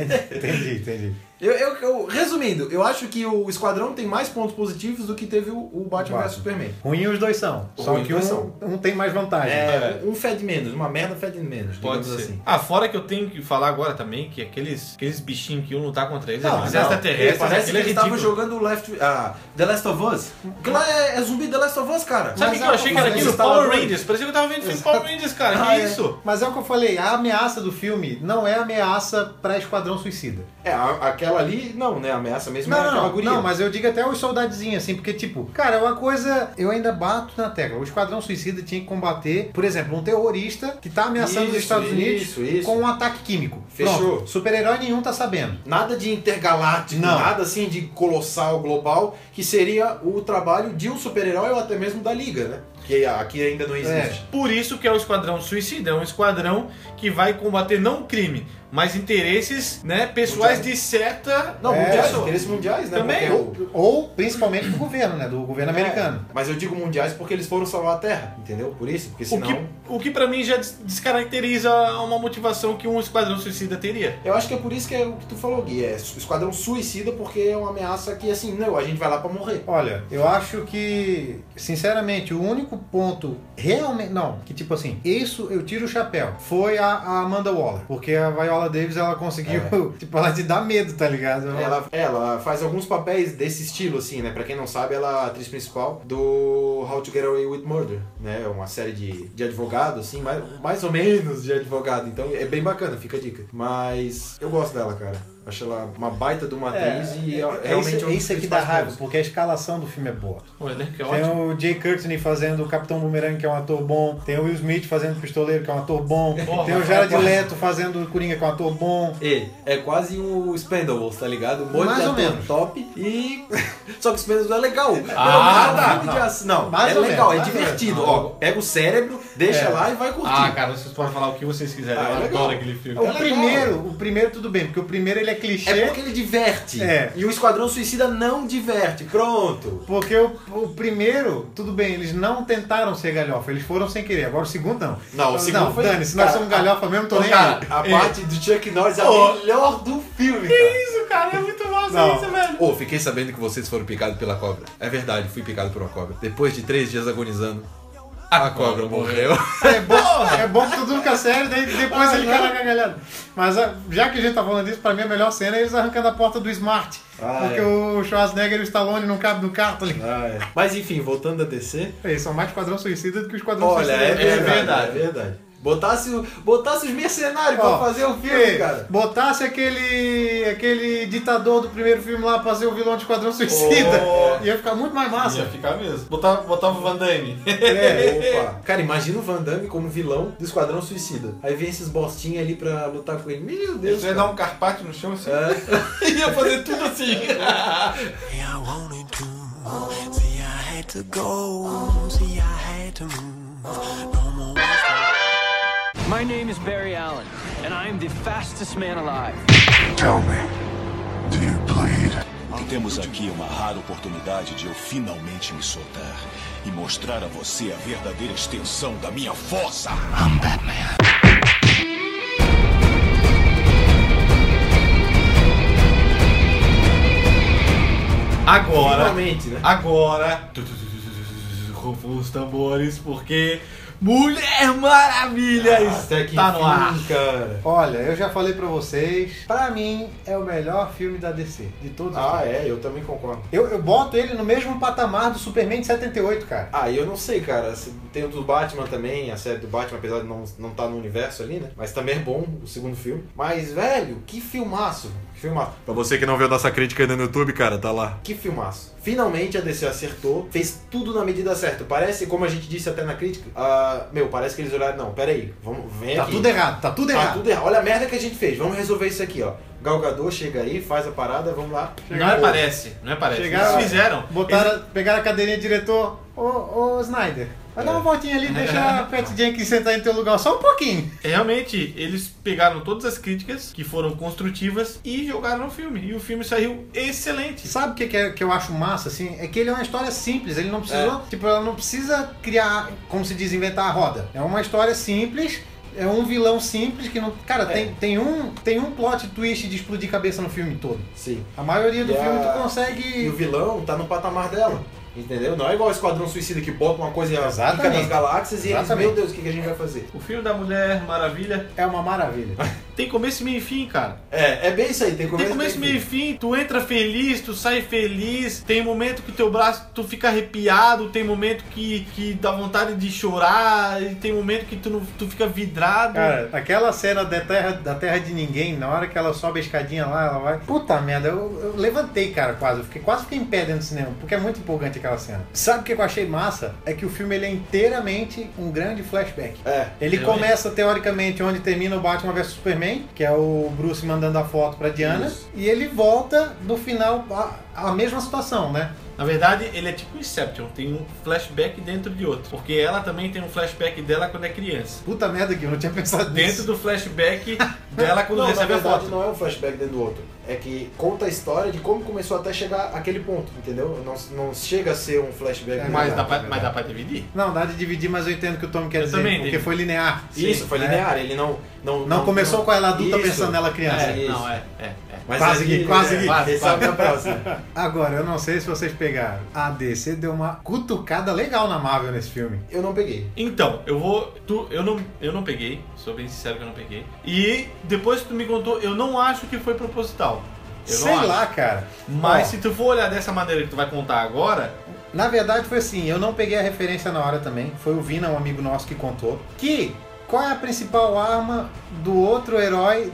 A: Entendi, entendi.
C: Eu, eu- eu- resumindo, eu acho que o Esquadrão tem mais pontos positivos do que teve o, o Batman,
A: Batman.
C: vs Superman.
A: Ruim os dois são. Só
C: Ruim
A: que
C: os dois
A: um, um tem mais vantagem.
C: É, um fede menos, uma merda fede menos.
B: Pode
C: digamos
B: ser.
C: assim.
B: Ah, fora que eu tenho que falar agora também que aqueles, aqueles bichinhos que iam lutar contra eles, é um
C: Não,
B: aqueles
C: não.
B: extraterrestres,
C: Parece que
B: aquilo é
C: ele tava
B: ridículo.
C: jogando Left, ah, The Last of Us. Que lá é, é zumbi The Last of Us, cara.
B: Sabe
A: Mas
B: o que eu
A: é-
B: achei que era
A: mas
B: aquilo?
A: eles tavam
B: Power
A: doidos.
B: Rangers. Parecia que eu tava vendo filme
A: Exato.
B: Power Rangers, cara.
C: Ah,
B: que
C: é.
B: isso?
A: Mas é o que eu falei, a ameaça do filme não é ameaça pra Esquadrão Suicida.
C: É, a- aquela ali, não, né? A ameaça mesmo
A: Não,
C: era aquela
A: não, não,
C: guria.
A: não, mas eu digo até os soldadinhos, assim, porque, tipo, cara, é uma coisa. Eu ainda bato na tecla. O Esquadrão Suicida tinha que combater, por exemplo, um terrorista que tá ameaçando
C: Isso,
A: os Estados
C: isso,
A: Unidos
C: isso.
A: com um ataque químico.
C: Fechou.
A: Pronto, Super-herói nenhum tá sabendo.
C: Nada de intergaláctico,
A: Não.
C: nada assim de colossal, global, que seria o trabalho de um super-herói ou até mesmo da Liga, né? Que aqui ainda não existe.
B: Por isso que é o Esquadrão Suicida. É um esquadrão que vai combater não o crime, mas interesses né, pessoais de certa...
C: Não,
A: É.
C: mundiais, interesses mundiais, né?
B: Também.
C: Porque o-
A: Ou principalmente do governo, né? Do governo americano.
C: É, mas eu digo mundiais porque eles foram salvar a Terra, entendeu? Por isso, porque
B: O
C: senão...
B: que, o que pra mim já des- descaracteriza uma motivação que um Esquadrão Suicida teria.
C: Eu acho que é por isso que é o que tu falou, Gui. É su- esquadrão suicida porque é uma ameaça que, assim, não, a gente vai lá pra morrer.
A: Olha, eu acho que, sinceramente, o único ponto realmente. Não, que tipo assim, isso eu tiro o chapéu. Foi a, a Amanda Waller. Porque a Viola Davis, ela conseguiu.
B: É.
A: Tipo, ela te dá medo, tá ligado?
C: Ela, ela faz alguns papéis desse estilo, assim, né? Pra quem não sabe, ela é a atriz principal do How to Get Away with Murder, né? É uma série de, de advogado, assim, mais, mais ou menos de advogado. Então é bem bacana, fica a dica. Mas eu gosto dela, cara. Acho ela uma baita de uma atriz e
A: é, é
C: realmente
A: isso,
C: um
A: é
C: dos
A: isso aqui dá
C: principais
A: raiva,
C: pontos.
A: porque a escalação do filme é boa.
B: Olha, né, que é
A: Tem
B: ótimo.
A: o Jay Curtney fazendo o Capitão Boomerang, que é um ator bom. Tem o Will Smith fazendo o Pistoleiro, que é um ator bom.
B: Porra,
A: Tem o Jared
B: rapaz.
A: Leto fazendo o Coringa, que é um ator bom.
C: É, é quase o Spendables, tá ligado? Um monte
A: Mais
C: de
A: ou
C: ator
A: menos.
C: top e. Só que o Spendables é legal.
B: Ah,
C: não, é um
B: tá,
C: filme de ação. não.
A: Mais
C: é
A: ou
C: legal,
A: menos,
C: é
A: mais ou menos.
C: divertido.
A: Não.
C: Ó, pega o cérebro, deixa
A: É.
C: lá e vai curtir.
B: Ah, cara, vocês podem falar o que vocês quiserem.
C: Ah, é
B: eu
C: legal.
B: adoro aquele filme.
A: o
C: legal.
A: primeiro, o primeiro tudo bem, porque o primeiro ele é clichê.
C: é porque ele diverte.
A: É.
C: E o Esquadrão Suicida não diverte. Pronto.
A: Porque o, o primeiro, tudo bem, eles não tentaram ser galhofa, eles foram sem querer. Agora o segundo não.
C: Não, o segundo
A: não,
C: foi-
A: Dani, se nós
C: Cara,
A: somos galhofa mesmo, tô nem
C: Então, cara,
A: aí.
C: a parte do Chuck Norris é a
B: Ô.
C: melhor do filme, cara.
B: isso, cara, é muito massa
A: Não.
B: isso, velho.
C: Ô, fiquei sabendo que vocês foram picados pela cobra. É verdade, fui picado por uma cobra. Depois de três dias agonizando, a cobra morreu.
A: É bom, é bom que tudo fica sério, daí depois ele cai na gargalhada. Mas ah, já que a gente tá falando disso, pra mim a melhor cena é eles arrancando a porta do Smart.
C: Ah,
A: porque
C: é.
A: o Schwarzenegger e o Stallone não cabem no carro, tá ligado?
C: Mas enfim, voltando a DC.
A: Eles são mais Esquadrão Suicida do que o Esquadrão
C: Olha,
A: Suicida.
C: é
A: original.
C: verdade, é verdade. Botasse, o- botasse os mercenários
A: Ó,
C: pra fazer o filme,
A: Ei,
C: cara.
A: Botasse aquele, aquele ditador do primeiro filme lá pra ser o vilão de Esquadrão Suicida. Ia ficar muito mais massa.
B: Ia ficar mesmo. Botava, botava o Van Damme.
C: É, opa. Cara, imagina o Van Damme como vilão do Esquadrão Suicida. Aí vem esses bostinhos ali pra lutar com ele. Meu Deus,
B: Você ia dar um carpate no chão assim.
C: ia fazer tudo assim.
G: I wanted to. See, I had to go. See, I had to move. No more.
D: My name is Barry Allen, and I am the fastest man alive.
E: Tell me, do you bleed?
F: O que temos aqui é uma rara oportunidade de eu finalmente me soltar e mostrar a você a verdadeira extensão da minha força.
E: I'm Batman.
B: Agora.
C: Finalmente, né?
B: Agora. Rufam os tambores, porque. Mulher Maravilha
C: Ah, Até que
B: está no ar. é
C: enfim, cara.
A: Olha, eu já falei pra vocês, pra mim é o melhor filme da DC, de todos os
C: Ah, é, eu também concordo.
A: Eu, eu boto ele no mesmo patamar do Superman de 78, cara.
C: Ah, e eu não sei, cara. se- Tem o do Batman também, a série do Batman, apesar de não, não tá no universo ali, né? Mas também é bom o segundo filme. Mas, velho, que filmaço. Que filmaço. Pra você que não viu nossa crítica ainda no YouTube, cara, tá lá. Que filmaço. Finalmente a DC acertou, fez tudo na medida certa. Parece, como a gente disse até na crítica, ah, meu, parece que eles olharam, não, peraí, vamos, vem
A: Tá
C: aqui.
A: tudo errado, tá tudo
C: Tá
A: errado.
C: tudo errado. Olha a merda que a gente fez. Vamos resolver isso aqui, ó. Galgador chega aí, faz a parada, vamos lá.
B: Não é parece, não é parece.
A: Chegaram,
B: Eles fizeram.
A: Botaram, pegaram a cadeirinha de diretor. Ô, ô Snyder, vai dar uma voltinha ali, deixa a Pat Jenkins sentar em teu lugar só um pouquinho.
B: Realmente, eles pegaram todas as críticas que foram construtivas e jogaram no filme. E o filme saiu excelente.
A: Sabe o que, que, é, que eu acho massa, assim? É que ele é uma história simples, ele não precisou.
C: É.
A: Tipo, ela não precisa criar, como se diz, inventar a roda. É uma história simples. É um vilão simples que não. Cara,
C: É.
A: tem, tem, um, tem um plot twist de explodir cabeça no filme todo.
C: Sim.
A: A maioria do
C: E a-
A: filme tu
C: E o
A: consegue.
C: vilão tá no patamar dela. Entendeu? Não é igual o Esquadrão Suicida que bota uma coisa e arranca
A: Exatamente.
C: das galáxias e eles,
A: Exatamente.
C: meu Deus, o que, que a gente vai fazer?
B: O filme da Mulher Maravilha
A: É uma maravilha.
B: tem começo, meio e fim, cara.
C: É, é bem isso aí, tem começo.
B: Tem começo, meio e fim, tu entra feliz, tu sai feliz, tem momento que teu braço, tu fica arrepiado, tem momento que, que dá vontade de chorar, e tem momento que tu, não- tu fica vidrado.
A: Cara, aquela cena da terra, da terra de Ninguém, na hora que ela sobe a escadinha lá, ela vai. Puta merda, eu, eu levantei, cara, quase. Eu fiquei, quase fiquei em pé dentro do cinema, porque é muito empolgante aquela cena. Sabe o que eu achei massa? É que o filme ele é inteiramente um grande flashback.
C: É.
A: Ele
B: Eu
A: começa, teoricamente, onde termina o Batman vs Superman, que é o Bruce mandando a foto pra Diana, e ele volta no final a, a mesma situação, né?
B: Na verdade, ele é tipo Inception, tem um flashback dentro de outro. Porque ela também tem um flashback dela quando é criança.
A: Puta merda, que eu não tinha pensado
B: Dentro
A: nisso.
B: do flashback dela quando
C: Não, na
B: recebe a
C: verdade
B: foto.
C: não é um flashback dentro do outro. É que conta a história de como começou até chegar aquele ponto, entendeu? Não, não chega a ser um flashback.
A: É,
C: dentro
B: mas,
C: do
B: dá
C: outro.
B: pra, mas dá pra dividir.
A: Não, dá de dividir, mas eu entendo o que o Tom quer
B: Eu
A: dizer,
B: também
A: porque
B: entendi.
A: foi linear.
C: Isso, foi
A: né?
C: linear, ele não. Não,
A: Não começou com ela adulta
C: Isso.
A: pensando nela criança.
C: É,
B: Não,
C: não, é.
B: é, é, é.
C: Mas
A: Quase
C: aqui-
A: que- quase
C: é,
A: que-
C: Quase, sabe na próxima.
A: Agora, eu não sei se vocês pegaram. A DC deu uma cutucada legal na Marvel nesse filme.
C: Eu não peguei.
B: Então, eu vou. Tu, eu, não, eu não peguei, sou bem sincero que eu não peguei. E depois que tu me contou, eu não acho que foi proposital. Eu
A: sei
B: não acho.
A: lá, cara.
B: Mas
A: Ó,
B: se tu for olhar dessa maneira que tu vai contar agora,
A: na verdade foi assim, eu não peguei a referência na hora também. Foi o Vina, um amigo nosso, que contou. Que qual é a principal arma do outro herói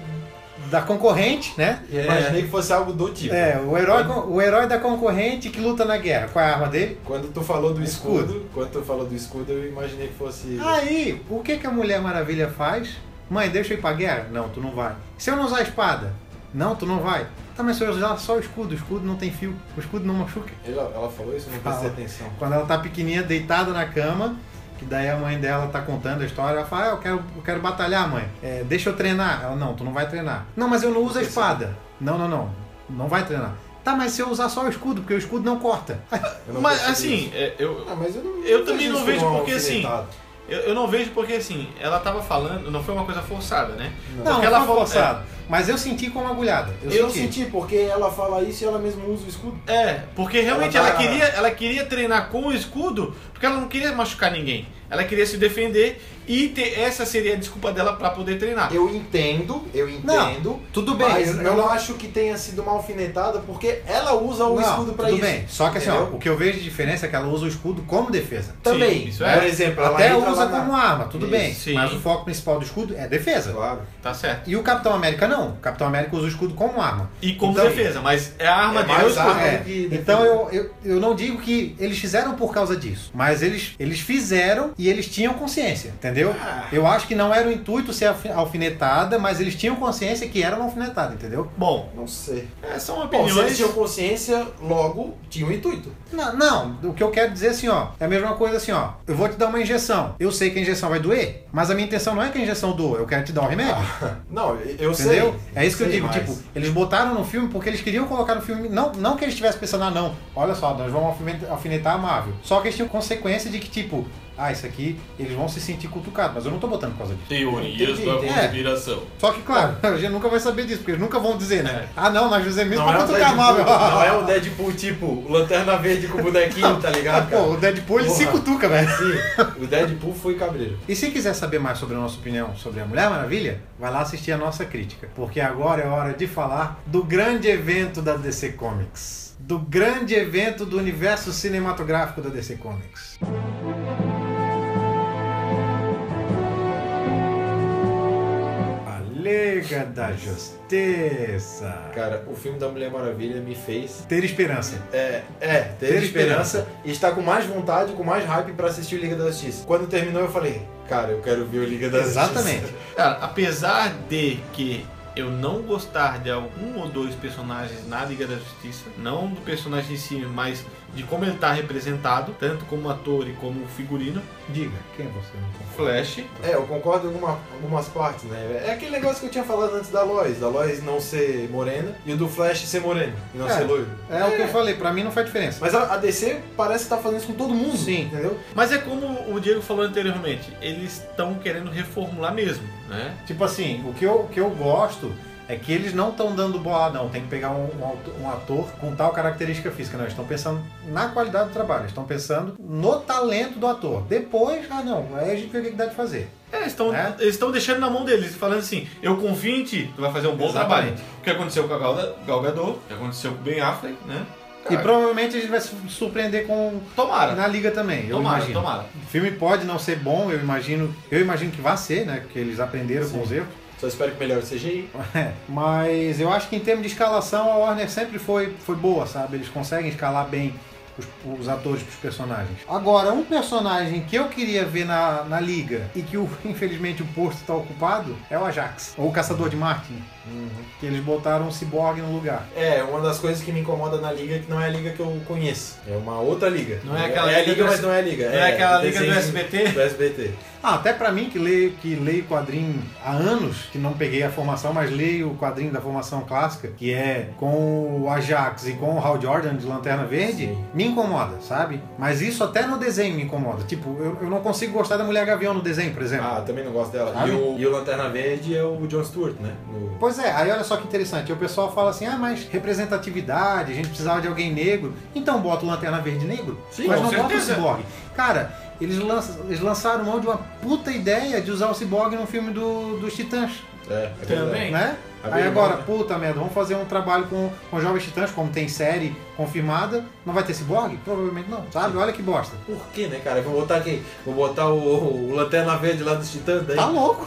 A: da concorrente, né?
B: É.
C: Imaginei que fosse algo do tipo.
A: É, o herói, o herói da concorrente que luta na guerra. Qual é a arma dele?
C: Quando tu falou do
A: Escudo.
C: escudo, quando tu falou do escudo, eu imaginei que fosse.
A: Aí, o que, que a Mulher Maravilha faz? Mãe, deixa eu ir pra guerra? Não, tu não vai. Se eu não usar a espada? Não, tu não vai. Tá, mas se eu usar só o escudo, o escudo não tem fio, o escudo não machuca.
C: Ela, ela falou isso, eu não prestei
A: Fala.
C: atenção.
A: Quando ela tá pequenininha, deitada na cama, que daí a mãe dela tá contando a história, ela fala, ah, eu quero, eu quero batalhar, mãe. É, deixa eu treinar. Ela, não, tu não vai treinar. Não, mas eu não uso a espada. Não, não, não. Não vai treinar. Tá, mas se eu usar só o escudo, porque o escudo não corta.
C: Eu não
B: mas
C: percebi
B: assim,
C: isso.
B: é, eu,
C: Ah, mas eu, não,
B: eu também não
C: isso
B: vejo
C: como
B: porque, assim,
C: alfinetado.
B: eu, eu não vejo porque assim, ela tava falando, não foi uma coisa forçada, né?
A: Não,
B: Porque ela
A: não foi
B: falou-
A: forçado.
B: é,
A: Mas eu senti como agulhada. Eu,
C: Eu
A: senti.
C: senti, porque ela fala isso e ela mesma usa o escudo.
B: É, porque realmente
C: Ela
B: ela,
C: tá-
B: queria, ela queria treinar com o escudo, porque ela não queria machucar ninguém. Ela queria se defender e ter, essa seria a desculpa dela pra poder treinar.
C: Eu entendo, eu
A: Não,
C: entendo.
A: tudo bem,
C: Mas
A: eu-
C: eu,
A: eu
C: não
A: não-
C: acho que tenha sido uma alfinetada, porque ela usa o escudo pra
A: tudo
C: isso.
A: bem. Só que assim, ó,
C: entendeu?
A: o que eu vejo de diferença é que ela usa o escudo como defesa.
C: Também. né?
B: Sim, isso é.
C: Por exemplo, ela
A: Até
C: entra
A: usa
C: lá na-
A: como arma, tudo
C: Isso,
A: bem.
B: sim.
A: Mas o foco principal do escudo é defesa.
C: Claro.
B: Tá certo.
A: E o Capitão América não. O Capitão América usa o escudo como arma.
B: E como
A: Então-
B: defesa, mas é a arma
C: É
B: dele.
C: mais
B: é o escudo.
C: arma.
A: É,
C: que defesa.
A: então eu, eu, eu não digo que eles fizeram por causa disso, mas eles, eles fizeram e eles tinham consciência, entendeu?
C: Ah.
A: Eu acho que não era o intuito ser alfi- alfinetada, mas eles tinham consciência que era uma alfinetada, entendeu?
B: Bom,
C: Não sei.
B: é, são
C: Bom, se eles
B: opiniões.
C: tinham consciência, logo tinha um intuito.
A: Não, não, o que eu quero dizer assim, ó, é a mesma coisa assim, ó. Eu vou te dar uma injeção. Eu sei que a injeção vai doer, mas a minha intenção não é que a injeção doa, eu quero te dar um remédio.
C: Não, eu eu Ah, sei.
A: Entendeu? é isso que eu
C: Sei,
A: digo,
C: mas-
A: tipo, eles botaram no filme porque eles queriam colocar no filme, não, não que eles tivessem pensando, ah, não, olha só, nós vamos alfine- alfinetar a Marvel. Só que eles tinham consequência de que, tipo, ah, isso aqui, eles vão se sentir cutucados, mas eu não tô botando por causa disso. É.
H: Teorias da
C: Entendi.
H: conspiração.
A: Só que, claro, a gente nunca vai saber disso, porque eles nunca vão dizer, né? Ah, não, nós fizemos isso
C: Não é,
A: pra
C: um
A: cutucar a
C: Deadpool,
A: Marvel.
C: não é um Deadpool tipo Lanterna Verde com bonequinho, tá ligado?
A: Pô,
C: Cara?
A: o Deadpool, ele se
C: Porra.
A: cutuca, velho.
C: Sim, o Deadpool foi cabreiro.
A: E se quiser saber mais sobre a nossa opinião sobre a Mulher Maravilha, vai lá assistir a nossa crítica, porque agora é hora de falar do grande evento da DC Comics, do grande evento do universo cinematográfico da DC Comics. A Liga da Justiça.
C: Cara, o filme da Mulher Maravilha me fez
A: Ter esperança.
C: É, é ter,
A: Ter
C: esperança, e estar com mais vontade, com mais hype pra assistir o Liga da Justiça. Quando terminou, eu falei, cara, eu quero ver o Liga da Justiça.
A: Exatamente.
B: Cara, apesar de que eu não gostar de algum ou dois personagens na Liga da Justiça, não do personagem em si, mas de como ele tá representado, tanto como ator e como figurino,
A: Diga, quem é você? Não concorda?
B: Flash.
C: É, eu concordo em alguma- algumas partes, né? É aquele negócio que eu tinha falado antes da Lois, da Lois não ser morena e o do Flash ser moreno e não
A: É.
C: ser loiro.
A: É, o que eu falei, pra mim não faz diferença.
C: Mas a, a DC parece que tá fazendo isso com todo mundo,
A: Sim.
C: entendeu?
B: Mas é como o Diego falou anteriormente, eles estão querendo reformular mesmo, né?
A: Tipo assim, o que eu, o que eu gosto é que eles não estão dando bola, não. Tem que pegar um, um auto- um ator com tal característica física. Não, eles estão pensando na qualidade do trabalho. Eles estão pensando no talento do ator. Depois, ah não, aí a gente vê o que que dá de fazer.
B: É, eles estão
A: Né?
B: eles estão deixando na mão deles, falando assim, eu confio em ti, tu vai fazer um bom
A: Exatamente.
B: trabalho. O que aconteceu com a Gal, Gal Gadot, o que aconteceu com o Ben Affleck, né?
A: E
B: Cara,
A: provavelmente a gente vai se surpreender com
B: Tomara,
A: na liga também, eu
B: tomara,
A: imagino.
B: tomara.
A: O filme pode não ser bom, eu imagino, eu imagino que vai ser, né? Porque eles aprenderam com os erros.
C: Só espero que melhore o CGI.
A: É, mas eu acho que em termos de escalação a Warner sempre foi, foi boa, sabe? Eles conseguem escalar bem os, os atores para os personagens. Agora, um personagem que eu queria ver na, na liga e que o- infelizmente o posto está ocupado é o Ajax, ou o Caçador de Marte, né? que eles botaram o Cyborg no lugar.
C: É, uma das coisas que me incomoda na liga é que não é a liga que eu conheço. É uma outra liga.
B: Não é aquela
C: é a
B: liga
C: liga,
B: do
C: mas
B: S-
C: não é a liga.
B: não é aquela liga do
C: desenho
B: SBT?
C: Do SBT.
A: Ah, até pra mim que leio que leio quadrinho há anos, que não peguei a formação, mas leio o quadrinho da formação clássica, que é com o Ajax e com o Hal Jordan de Lanterna Verde,
C: Sim.
A: me incomoda, sabe? Mas isso até no desenho me incomoda. Tipo, eu, eu não consigo gostar da Mulher Gavião no desenho, por exemplo.
C: Ah, também não gosto dela.
A: Sabe?
C: E o, e o Lanterna Verde é o John Stewart, né? No-
A: Pois é, aí olha só que interessante. O pessoal fala assim: ah, mas representatividade, a gente precisava de alguém negro. Então bota o Lanterna Verde negro,
C: Sim,
A: mas
B: com
A: não bota o
B: certeza.
A: Cyborg. Cara, eles, lança- eles lançaram mão de uma puta ideia de usar o Cyborg no filme do, dos Titãs.
C: É, é verdade.
B: Também.
A: né?
C: A
A: Aí
C: Baby
A: agora,
C: Yoda.
A: puta merda, vamos fazer um trabalho com, com Jovens Titãs, como tem série confirmada. Não vai ter Cyborg? Provavelmente não, sabe? Olha que bosta.
C: Por que, né, cara? Vou botar aqui. Vou botar o, o Lanterna Verde lá dos Titãs né? daí.
A: Tá louco.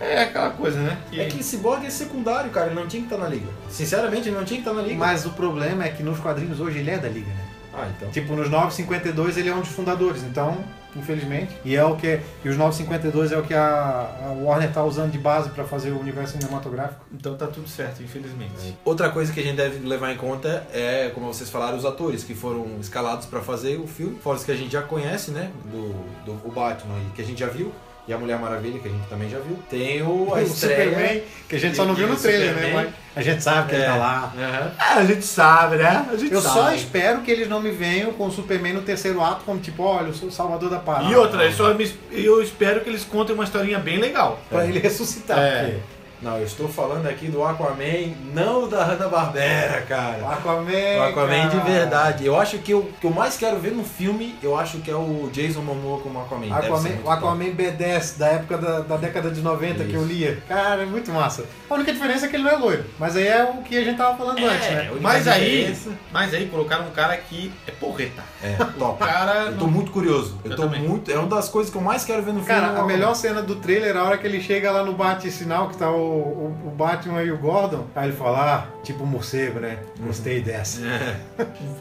B: É aquela coisa, né? Que-
C: É que esse Borg é secundário, cara. Ele não tinha que estar na liga. Sinceramente, ele não tinha que estar na liga.
A: Mas o problema é que nos quadrinhos hoje ele é da Liga, né?
C: Ah, então.
A: Tipo, nos 952 ele é um dos fundadores, então, infelizmente. E é o que. E os 952 é o que a, a Warner tá usando de base pra fazer o universo cinematográfico.
B: Então tá tudo certo, infelizmente.
C: Outra coisa que a gente deve levar em conta é, como vocês falaram, os atores que foram escalados pra fazer o filme, fora os que a gente já conhece, né? Do, do o Batman e que a gente já viu, e a Mulher Maravilha, que a gente também já viu. Tem o, a
A: o
C: estreia.
A: Superman, que a gente só não
C: E-
A: viu
C: e
A: no
C: o
A: trailer,
C: Superman.
A: né? Mas a gente sabe que ele
C: É.
A: tá lá.
C: Aham.
B: a gente sabe, né? A gente
A: Eu só espero que eles não me venham com o Superman no terceiro ato como tipo, olha, eu sou o salvador da parada.
B: E outra, eu, só me- eu espero que eles contem uma historinha bem legal.
C: É.
A: Pra ele ressuscitar.
B: É.
A: porque-
C: Não, eu estou falando aqui do Aquaman, não da Hanna-Barbera, cara.
A: Aquaman.
C: O Aquaman de
A: cara.
C: verdade. Eu acho que o que eu mais quero ver no filme, eu acho que é o Jason Momoa como Aquaman. Deve ser
A: Aquaman,
C: muito
A: o Aquaman B10 da época da, da década de 90 que eu lia. Cara, é muito massa. A única diferença é que ele não é loiro. Mas aí é o que a gente tava falando antes,
C: É,
A: né?
C: eu-
B: Mas aí,
C: diferença.
B: mas aí colocaram um cara que é porreta.
C: bom. É, top.
B: Cara,
C: Eu
B: não-
C: tô muito curioso. Eu,
B: Eu
C: tô
B: também.
C: muito. É uma das coisas que eu mais quero ver no filme. é o
A: Cara, a
C: Aquaman.
A: melhor cena do trailer é a hora que ele chega lá no bate-sinal que tá o, o, o Batman e o Gordon. Aí ele fala, ah, tipo morcego, né? Gostei dessa.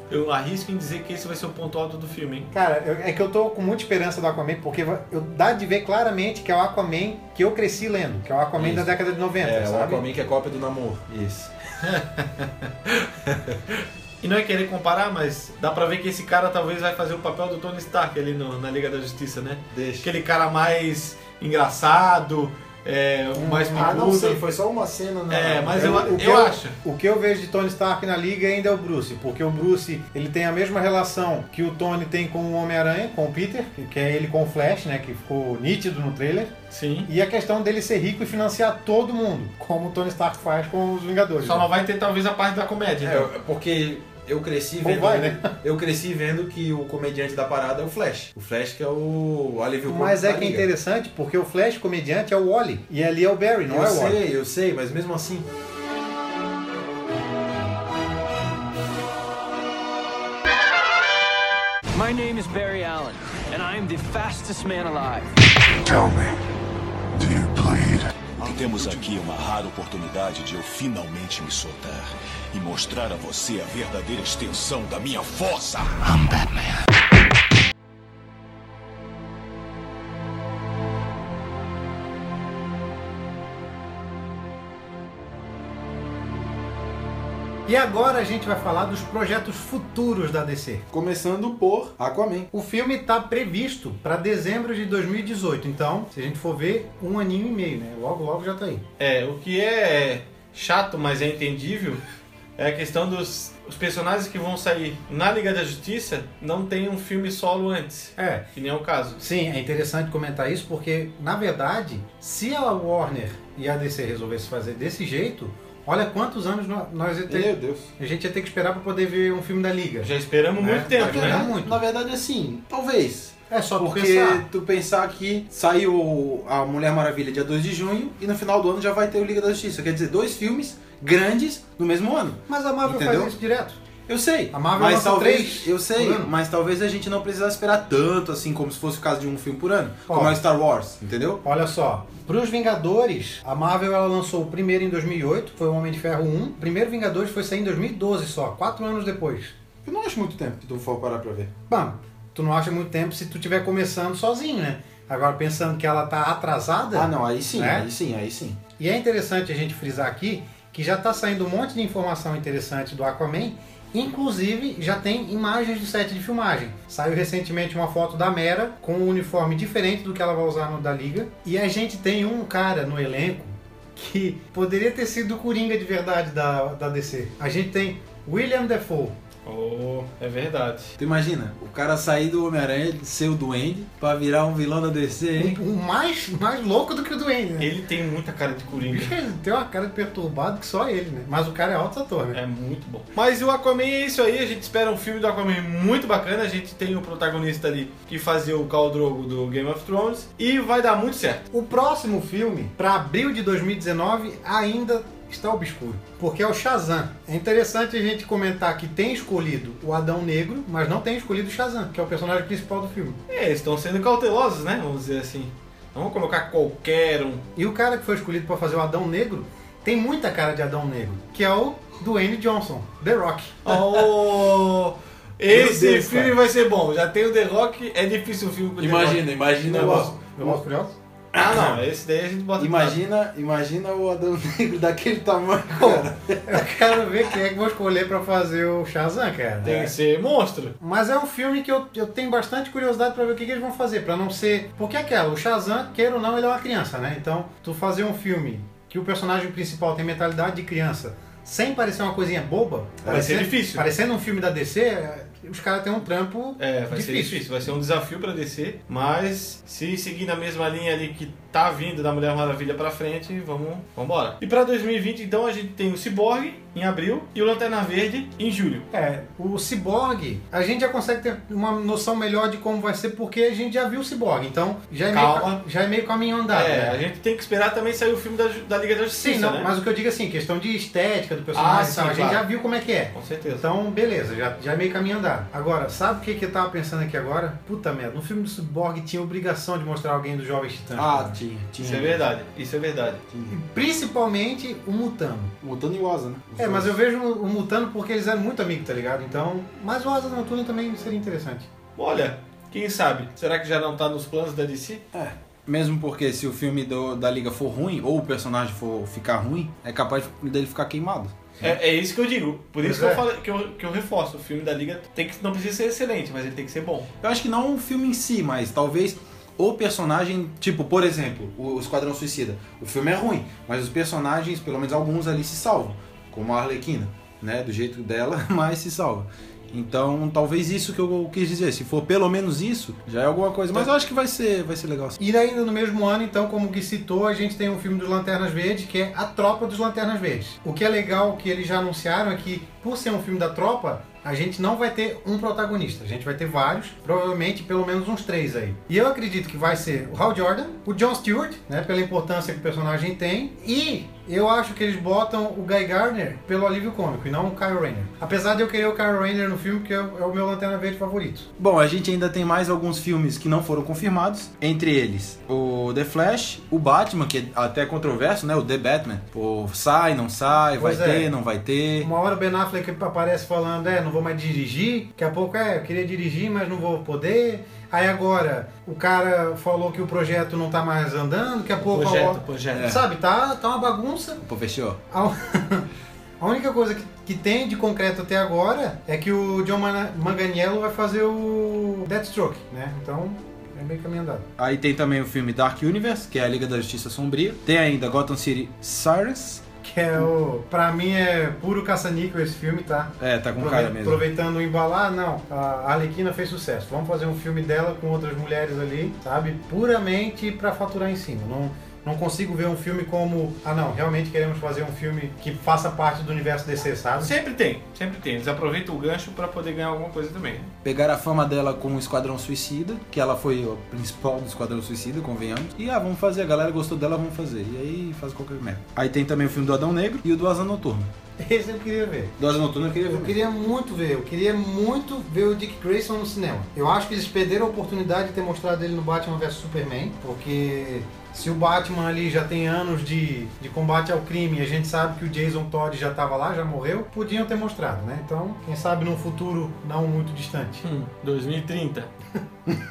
B: eu arrisco em dizer que esse vai ser o ponto alto do filme, hein?
A: Cara, eu- é que eu tô com muita esperança do Aquaman, porque va- eu dá de ver claramente que é o Aquaman que eu cresci lendo, que é o Aquaman
C: Isso.
A: da década de 90,
C: É, o
A: sabe?
C: Aquaman que é cópia do Namor. Isso.
B: E não é querer comparar, mas dá pra ver que esse cara talvez vai fazer o papel do Tony Stark ali no- na Liga da Justiça, né?
C: Deixa.
B: Aquele cara mais engraçado, é, o mais
C: Ah, não
B: picudo.
C: sei, foi só uma cena na.
B: É, mas
A: Eu-
B: eu,
A: o
B: eu,
A: que eu-
B: acho.
A: O que eu vejo de Tony Stark na liga ainda é o Bruce, porque o Bruce ele tem a mesma relação que o Tony tem com o Homem-Aranha, com o Peter, que- que é ele com o Flash, né? Que ficou nítido no trailer.
B: Sim.
A: E a questão dele ser rico e financiar todo mundo, como o Tony Stark faz com os Vingadores.
B: Só
A: né?
B: não vai ter talvez a parte da comédia.
C: É,
B: então.
C: eu- porque eu cresci
A: Ou
C: vendo.
A: vai, né?
C: Eu cresci vendo que o comediante da parada é o Flash. O Flash que é o alívio
A: Mas
C: cômico
A: é
C: da
A: que é
C: liga.
A: interessante, porque o Flash comediante é o Wally. E ali é o Barry, não
C: eu
A: é o Wally.
C: sei, eu sei, mas mesmo assim.
D: My name is Barry Allen, and I am the fastest man alive.
E: Tell me, do you bleed?
F: Temos aqui uma rara oportunidade de eu finalmente me soltar e mostrar a você a verdadeira extensão da minha força.
E: I'm Batman.
A: E agora a gente vai falar dos projetos futuros da DC.
C: Começando por Aquaman.
A: O filme está previsto para dezembro de 2018, então, se a gente for ver, um aninho e meio, né? Logo, logo já tá aí.
B: É, o que é chato, mas é entendível, é a questão dos os personagens que vão sair na Liga da Justiça não tem um filme solo antes,
A: É.
B: que nem é o caso.
A: Sim, é interessante comentar isso porque, na verdade, se a Warner e a DC resolvessem fazer desse jeito, olha quantos anos no- nós ia ter-
C: Deus.
A: a gente ia ter que esperar para poder ver um filme da Liga.
B: Já esperamos
A: Né?
B: muito tempo,
A: Porque
B: né?
A: não muito.
C: Na verdade, assim, talvez.
A: É só
C: Porque
A: pensar.
C: tu pensar que saiu a Mulher Maravilha dia 2 de junho e no final do ano já vai ter o Liga da Justiça. Quer dizer, dois filmes grandes no mesmo ano.
A: Mas a Marvel
C: Entendeu?
A: faz isso direto.
C: Eu sei.
A: A Marvel
C: mas
A: lança
C: talvez,
A: três
C: eu sei,
A: por ano.
C: mas talvez a gente não precisasse esperar tanto assim como se fosse o caso de um filme por ano,
A: Ó.
C: como é o Star Wars, entendeu?
A: Olha só, para os Vingadores, a Marvel ela lançou o primeiro em 2008, foi o Homem de Ferro 1. O primeiro Vingadores foi sair em 2012 só, quatro anos depois.
C: Eu não acho muito tempo que tu for parar pra ver.
A: Bom, tu não acha muito tempo se tu estiver começando sozinho, né? Agora, pensando que ela tá atrasada...
C: Ah, não, aí sim,
A: né?
C: aí sim, aí sim.
A: E é interessante a gente frisar aqui que já tá saindo um monte de informação interessante do Aquaman, inclusive já tem imagens do set de filmagem. Saiu recentemente uma foto da Mera com um uniforme diferente do que ela vai usar no da Liga, e a gente tem um cara no elenco que poderia ter sido o Coringa de verdade da, da DC. A gente tem William Defoe.
B: Oh, é verdade.
C: Tu imagina, o cara sair do Homem-Aranha, ser o Duende, pra virar um vilão da DC, hein?
A: Um mais, mais louco do que o Duende, né?
B: Ele tem muita cara de coringa.
A: Tem uma cara de perturbado que só ele, né? Mas o cara é alto ator, né?
B: É muito bom. Mas o Aquaman é isso aí, a gente espera um filme do Aquaman muito bacana. A gente tem o protagonista ali que fazia o Khal Drogo do Game of Thrones e vai dar muito certo.
A: O próximo filme, para abril de 2019, ainda está obscuro, porque é o Shazam. É interessante a gente comentar que tem escolhido o Adão Negro, mas não tem escolhido o Shazam, que é o personagem principal do filme.
B: É, eles estão sendo cautelosos, né? Vamos dizer assim. Não vão colocar qualquer um.
A: E o cara que foi escolhido para fazer o Adão Negro tem muita cara de Adão Negro, que é o Dwayne Johnson, The Rock.
B: Oh, esse
C: Meu Deus,
B: filme
C: cara.
B: vai ser bom. Já tem o The Rock, é difícil o filme com o The Rock.
C: imagina
A: Veloz, Veloz Curioso?
B: Ah, não, esse daí a gente bota.
C: Imagina, imagina o Adão Negro daquele tamanho, cara.
A: Eu quero ver quem é que vou escolher para fazer o Shazam, cara. É.
B: Tem que ser monstro.
A: Mas é um filme que eu, eu tenho bastante curiosidade pra ver o que, que eles vão fazer, pra não ser. Porque é aquela, o Shazam, queira ou não, ele é uma criança, né? Então, tu fazer um filme que o personagem principal tem mentalidade de criança, sem parecer uma coisinha boba,
B: Vai ser difícil.
A: Parecendo um filme da DC, é, os caras têm um trampo
B: É, vai ser difícil, vai ser um desafio pra descer, mas se seguir na mesma linha ali que tá vindo da Mulher Maravilha pra frente, vamos embora. E pra 2020, então, a gente tem o Cyborg em abril e o Lanterna Verde em julho.
A: É, o Cyborg, a gente já consegue ter uma noção melhor de como vai ser, porque a gente já viu o Cyborg, então já é,
B: Calma.
A: meio, já é meio caminho andado.
B: é,
A: né?
B: a gente tem que esperar também sair o filme da, Ju- da Liga da Justiça,
A: Sim, não,
B: né?
A: mas o que eu digo assim, questão de estética do personagem,
B: Ah,
A: e tal,
B: sim,
A: a gente
B: claro.
A: já viu como é que é.
B: Com certeza.
A: Então, beleza, já, já é meio caminho andado. Agora, sabe o que, que eu tava pensando aqui agora? Puta merda, no filme do Cyborg tinha obrigação de mostrar alguém dos Jovens Titãs.
I: Ah,
A: cara.
I: tinha, tinha.
B: isso é verdade, isso é verdade.
A: E principalmente o Mutano.
I: Mutando e o Asa, né? Os
A: É,
I: dois.
A: mas eu vejo o Mutano porque eles eram muito amigos, tá ligado? Então, mas o Asa Noturna também seria interessante.
B: Olha, quem sabe, será que já não tá nos planos da DC?
C: Mesmo porque se o filme do- da Liga for ruim, ou o personagem for ficar ruim, é capaz dele ficar queimado.
B: É, é isso que eu digo, por isso que,
A: Pois
B: eu falo, que, eu, que eu reforço, o filme da Liga tem que, não precisa ser excelente, mas ele tem que ser bom.
C: Eu acho que não o filme em si, mas talvez o personagem, tipo, por exemplo, o Esquadrão Suicida. O filme é ruim, mas os personagens, pelo menos alguns ali, se salvam. Como a Arlequina, né? Do jeito dela, mas se salva. Então, talvez isso que eu quis dizer. Se for pelo menos isso, já é alguma coisa. Mas eu acho que vai ser, vai ser legal. sim.
A: E ainda no mesmo ano, então, como que citou, a gente tem um filme dos Lanternas Verdes, que é A Tropa dos Lanternas Verdes. O que é legal que eles já anunciaram é que, por ser um filme da tropa, a gente não vai ter um protagonista, a gente vai ter vários, provavelmente pelo menos uns três aí. E eu acredito que vai ser o Hal Jordan, o John Stewart, né, pela importância que o personagem tem, e eu acho que eles botam o Guy Gardner pelo alívio cômico e não o Kyle Rayner. Apesar de eu querer o Kyle Rayner no filme, que é o é o meu Lanterna Verde favorito.
C: Bom, a gente ainda tem mais alguns filmes que não foram confirmados, entre eles o The Flash, o Batman, que é até controverso, né? O The Batman. Pô, sai, não sai,
A: Pois
C: vai
A: é.
C: ter, não vai ter.
A: Uma hora o Ben Affleck aparece falando, é, não vou mais dirigir. Daqui a pouco, é, eu queria dirigir, mas não vou poder. Aí agora, o cara falou que o projeto não tá mais andando. Daqui a pouco...
B: Projeto,
A: a-
B: projeto.
A: Sabe, tá, tá uma bagunça.
C: Pô, fechou.
A: A, u- a única coisa que, que tem de concreto até agora é que o John Man- Manganiello vai fazer o Deathstroke, né? Então, é meio caminho andado.
C: Aí tem também o filme Dark Universe, que é a Liga da Justiça Sombria. Tem ainda Gotham City Sirens.
A: Que é o... Pra mim é puro caça-níquel esse filme, tá?
C: É, tá com
A: Aprove-
C: cara mesmo.
A: Aproveitando o embalar, não. A Arlequina fez sucesso. Vamos fazer um filme dela com outras mulheres ali, sabe? Puramente pra faturar em cima. Não, não consigo ver um filme como. Ah, não, realmente queremos fazer um filme que faça parte do universo DC, sabe?
B: Sempre tem, sempre tem. Eles aproveitam o gancho pra poder ganhar alguma coisa também. né?
C: Pegaram a fama dela com o Esquadrão Suicida, que ela foi o principal do Esquadrão Suicida, convenhamos. E ah, vamos fazer, a galera gostou dela, vamos fazer. E aí faz qualquer merda. Aí tem também o filme do Adão Negro e o do Asa Noturno.
A: Esse eu queria ver.
C: Do Asa Noturno eu queria ver.
A: Eu
C: mesmo.
A: queria muito ver, eu queria muito ver o Dick Grayson no cinema. Eu acho que eles perderam a oportunidade de ter mostrado ele no Batman vs Superman, porque se o Batman ali já tem anos de, de combate ao crime e a gente sabe que o Jason Todd já estava lá, já morreu, podiam ter mostrado, né? Então, quem sabe num futuro não muito distante.
B: 2030.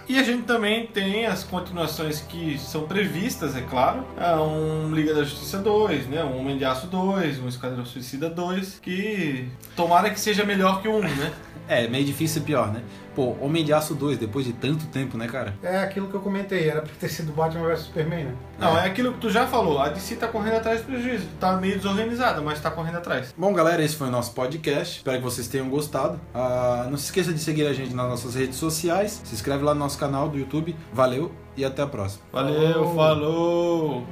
B: e a gente também tem as continuações que são previstas, é claro. Ah, Um Liga da Justiça 2, né? Um Homem de Aço 2, um Esquadrão Suicida 2, que tomara que seja melhor que o 1, né?
C: É, meio difícil e pior, né? Pô, Homem de Aço 2, depois de tanto tempo, né, cara?
A: É aquilo que eu comentei, era pra ter sido Batman vs Superman, né?
B: Não, é aquilo que tu já falou. A DC tá correndo atrás do prejuízo. Tá meio desorganizada, mas tá correndo atrás.
C: Bom, galera, esse foi o nosso podcast. Espero que vocês tenham gostado. Ah, não se esqueça de seguir a gente nas nossas redes sociais. Se inscreve lá no nosso canal do YouTube. Valeu e até a próxima.
B: Valeu, falou.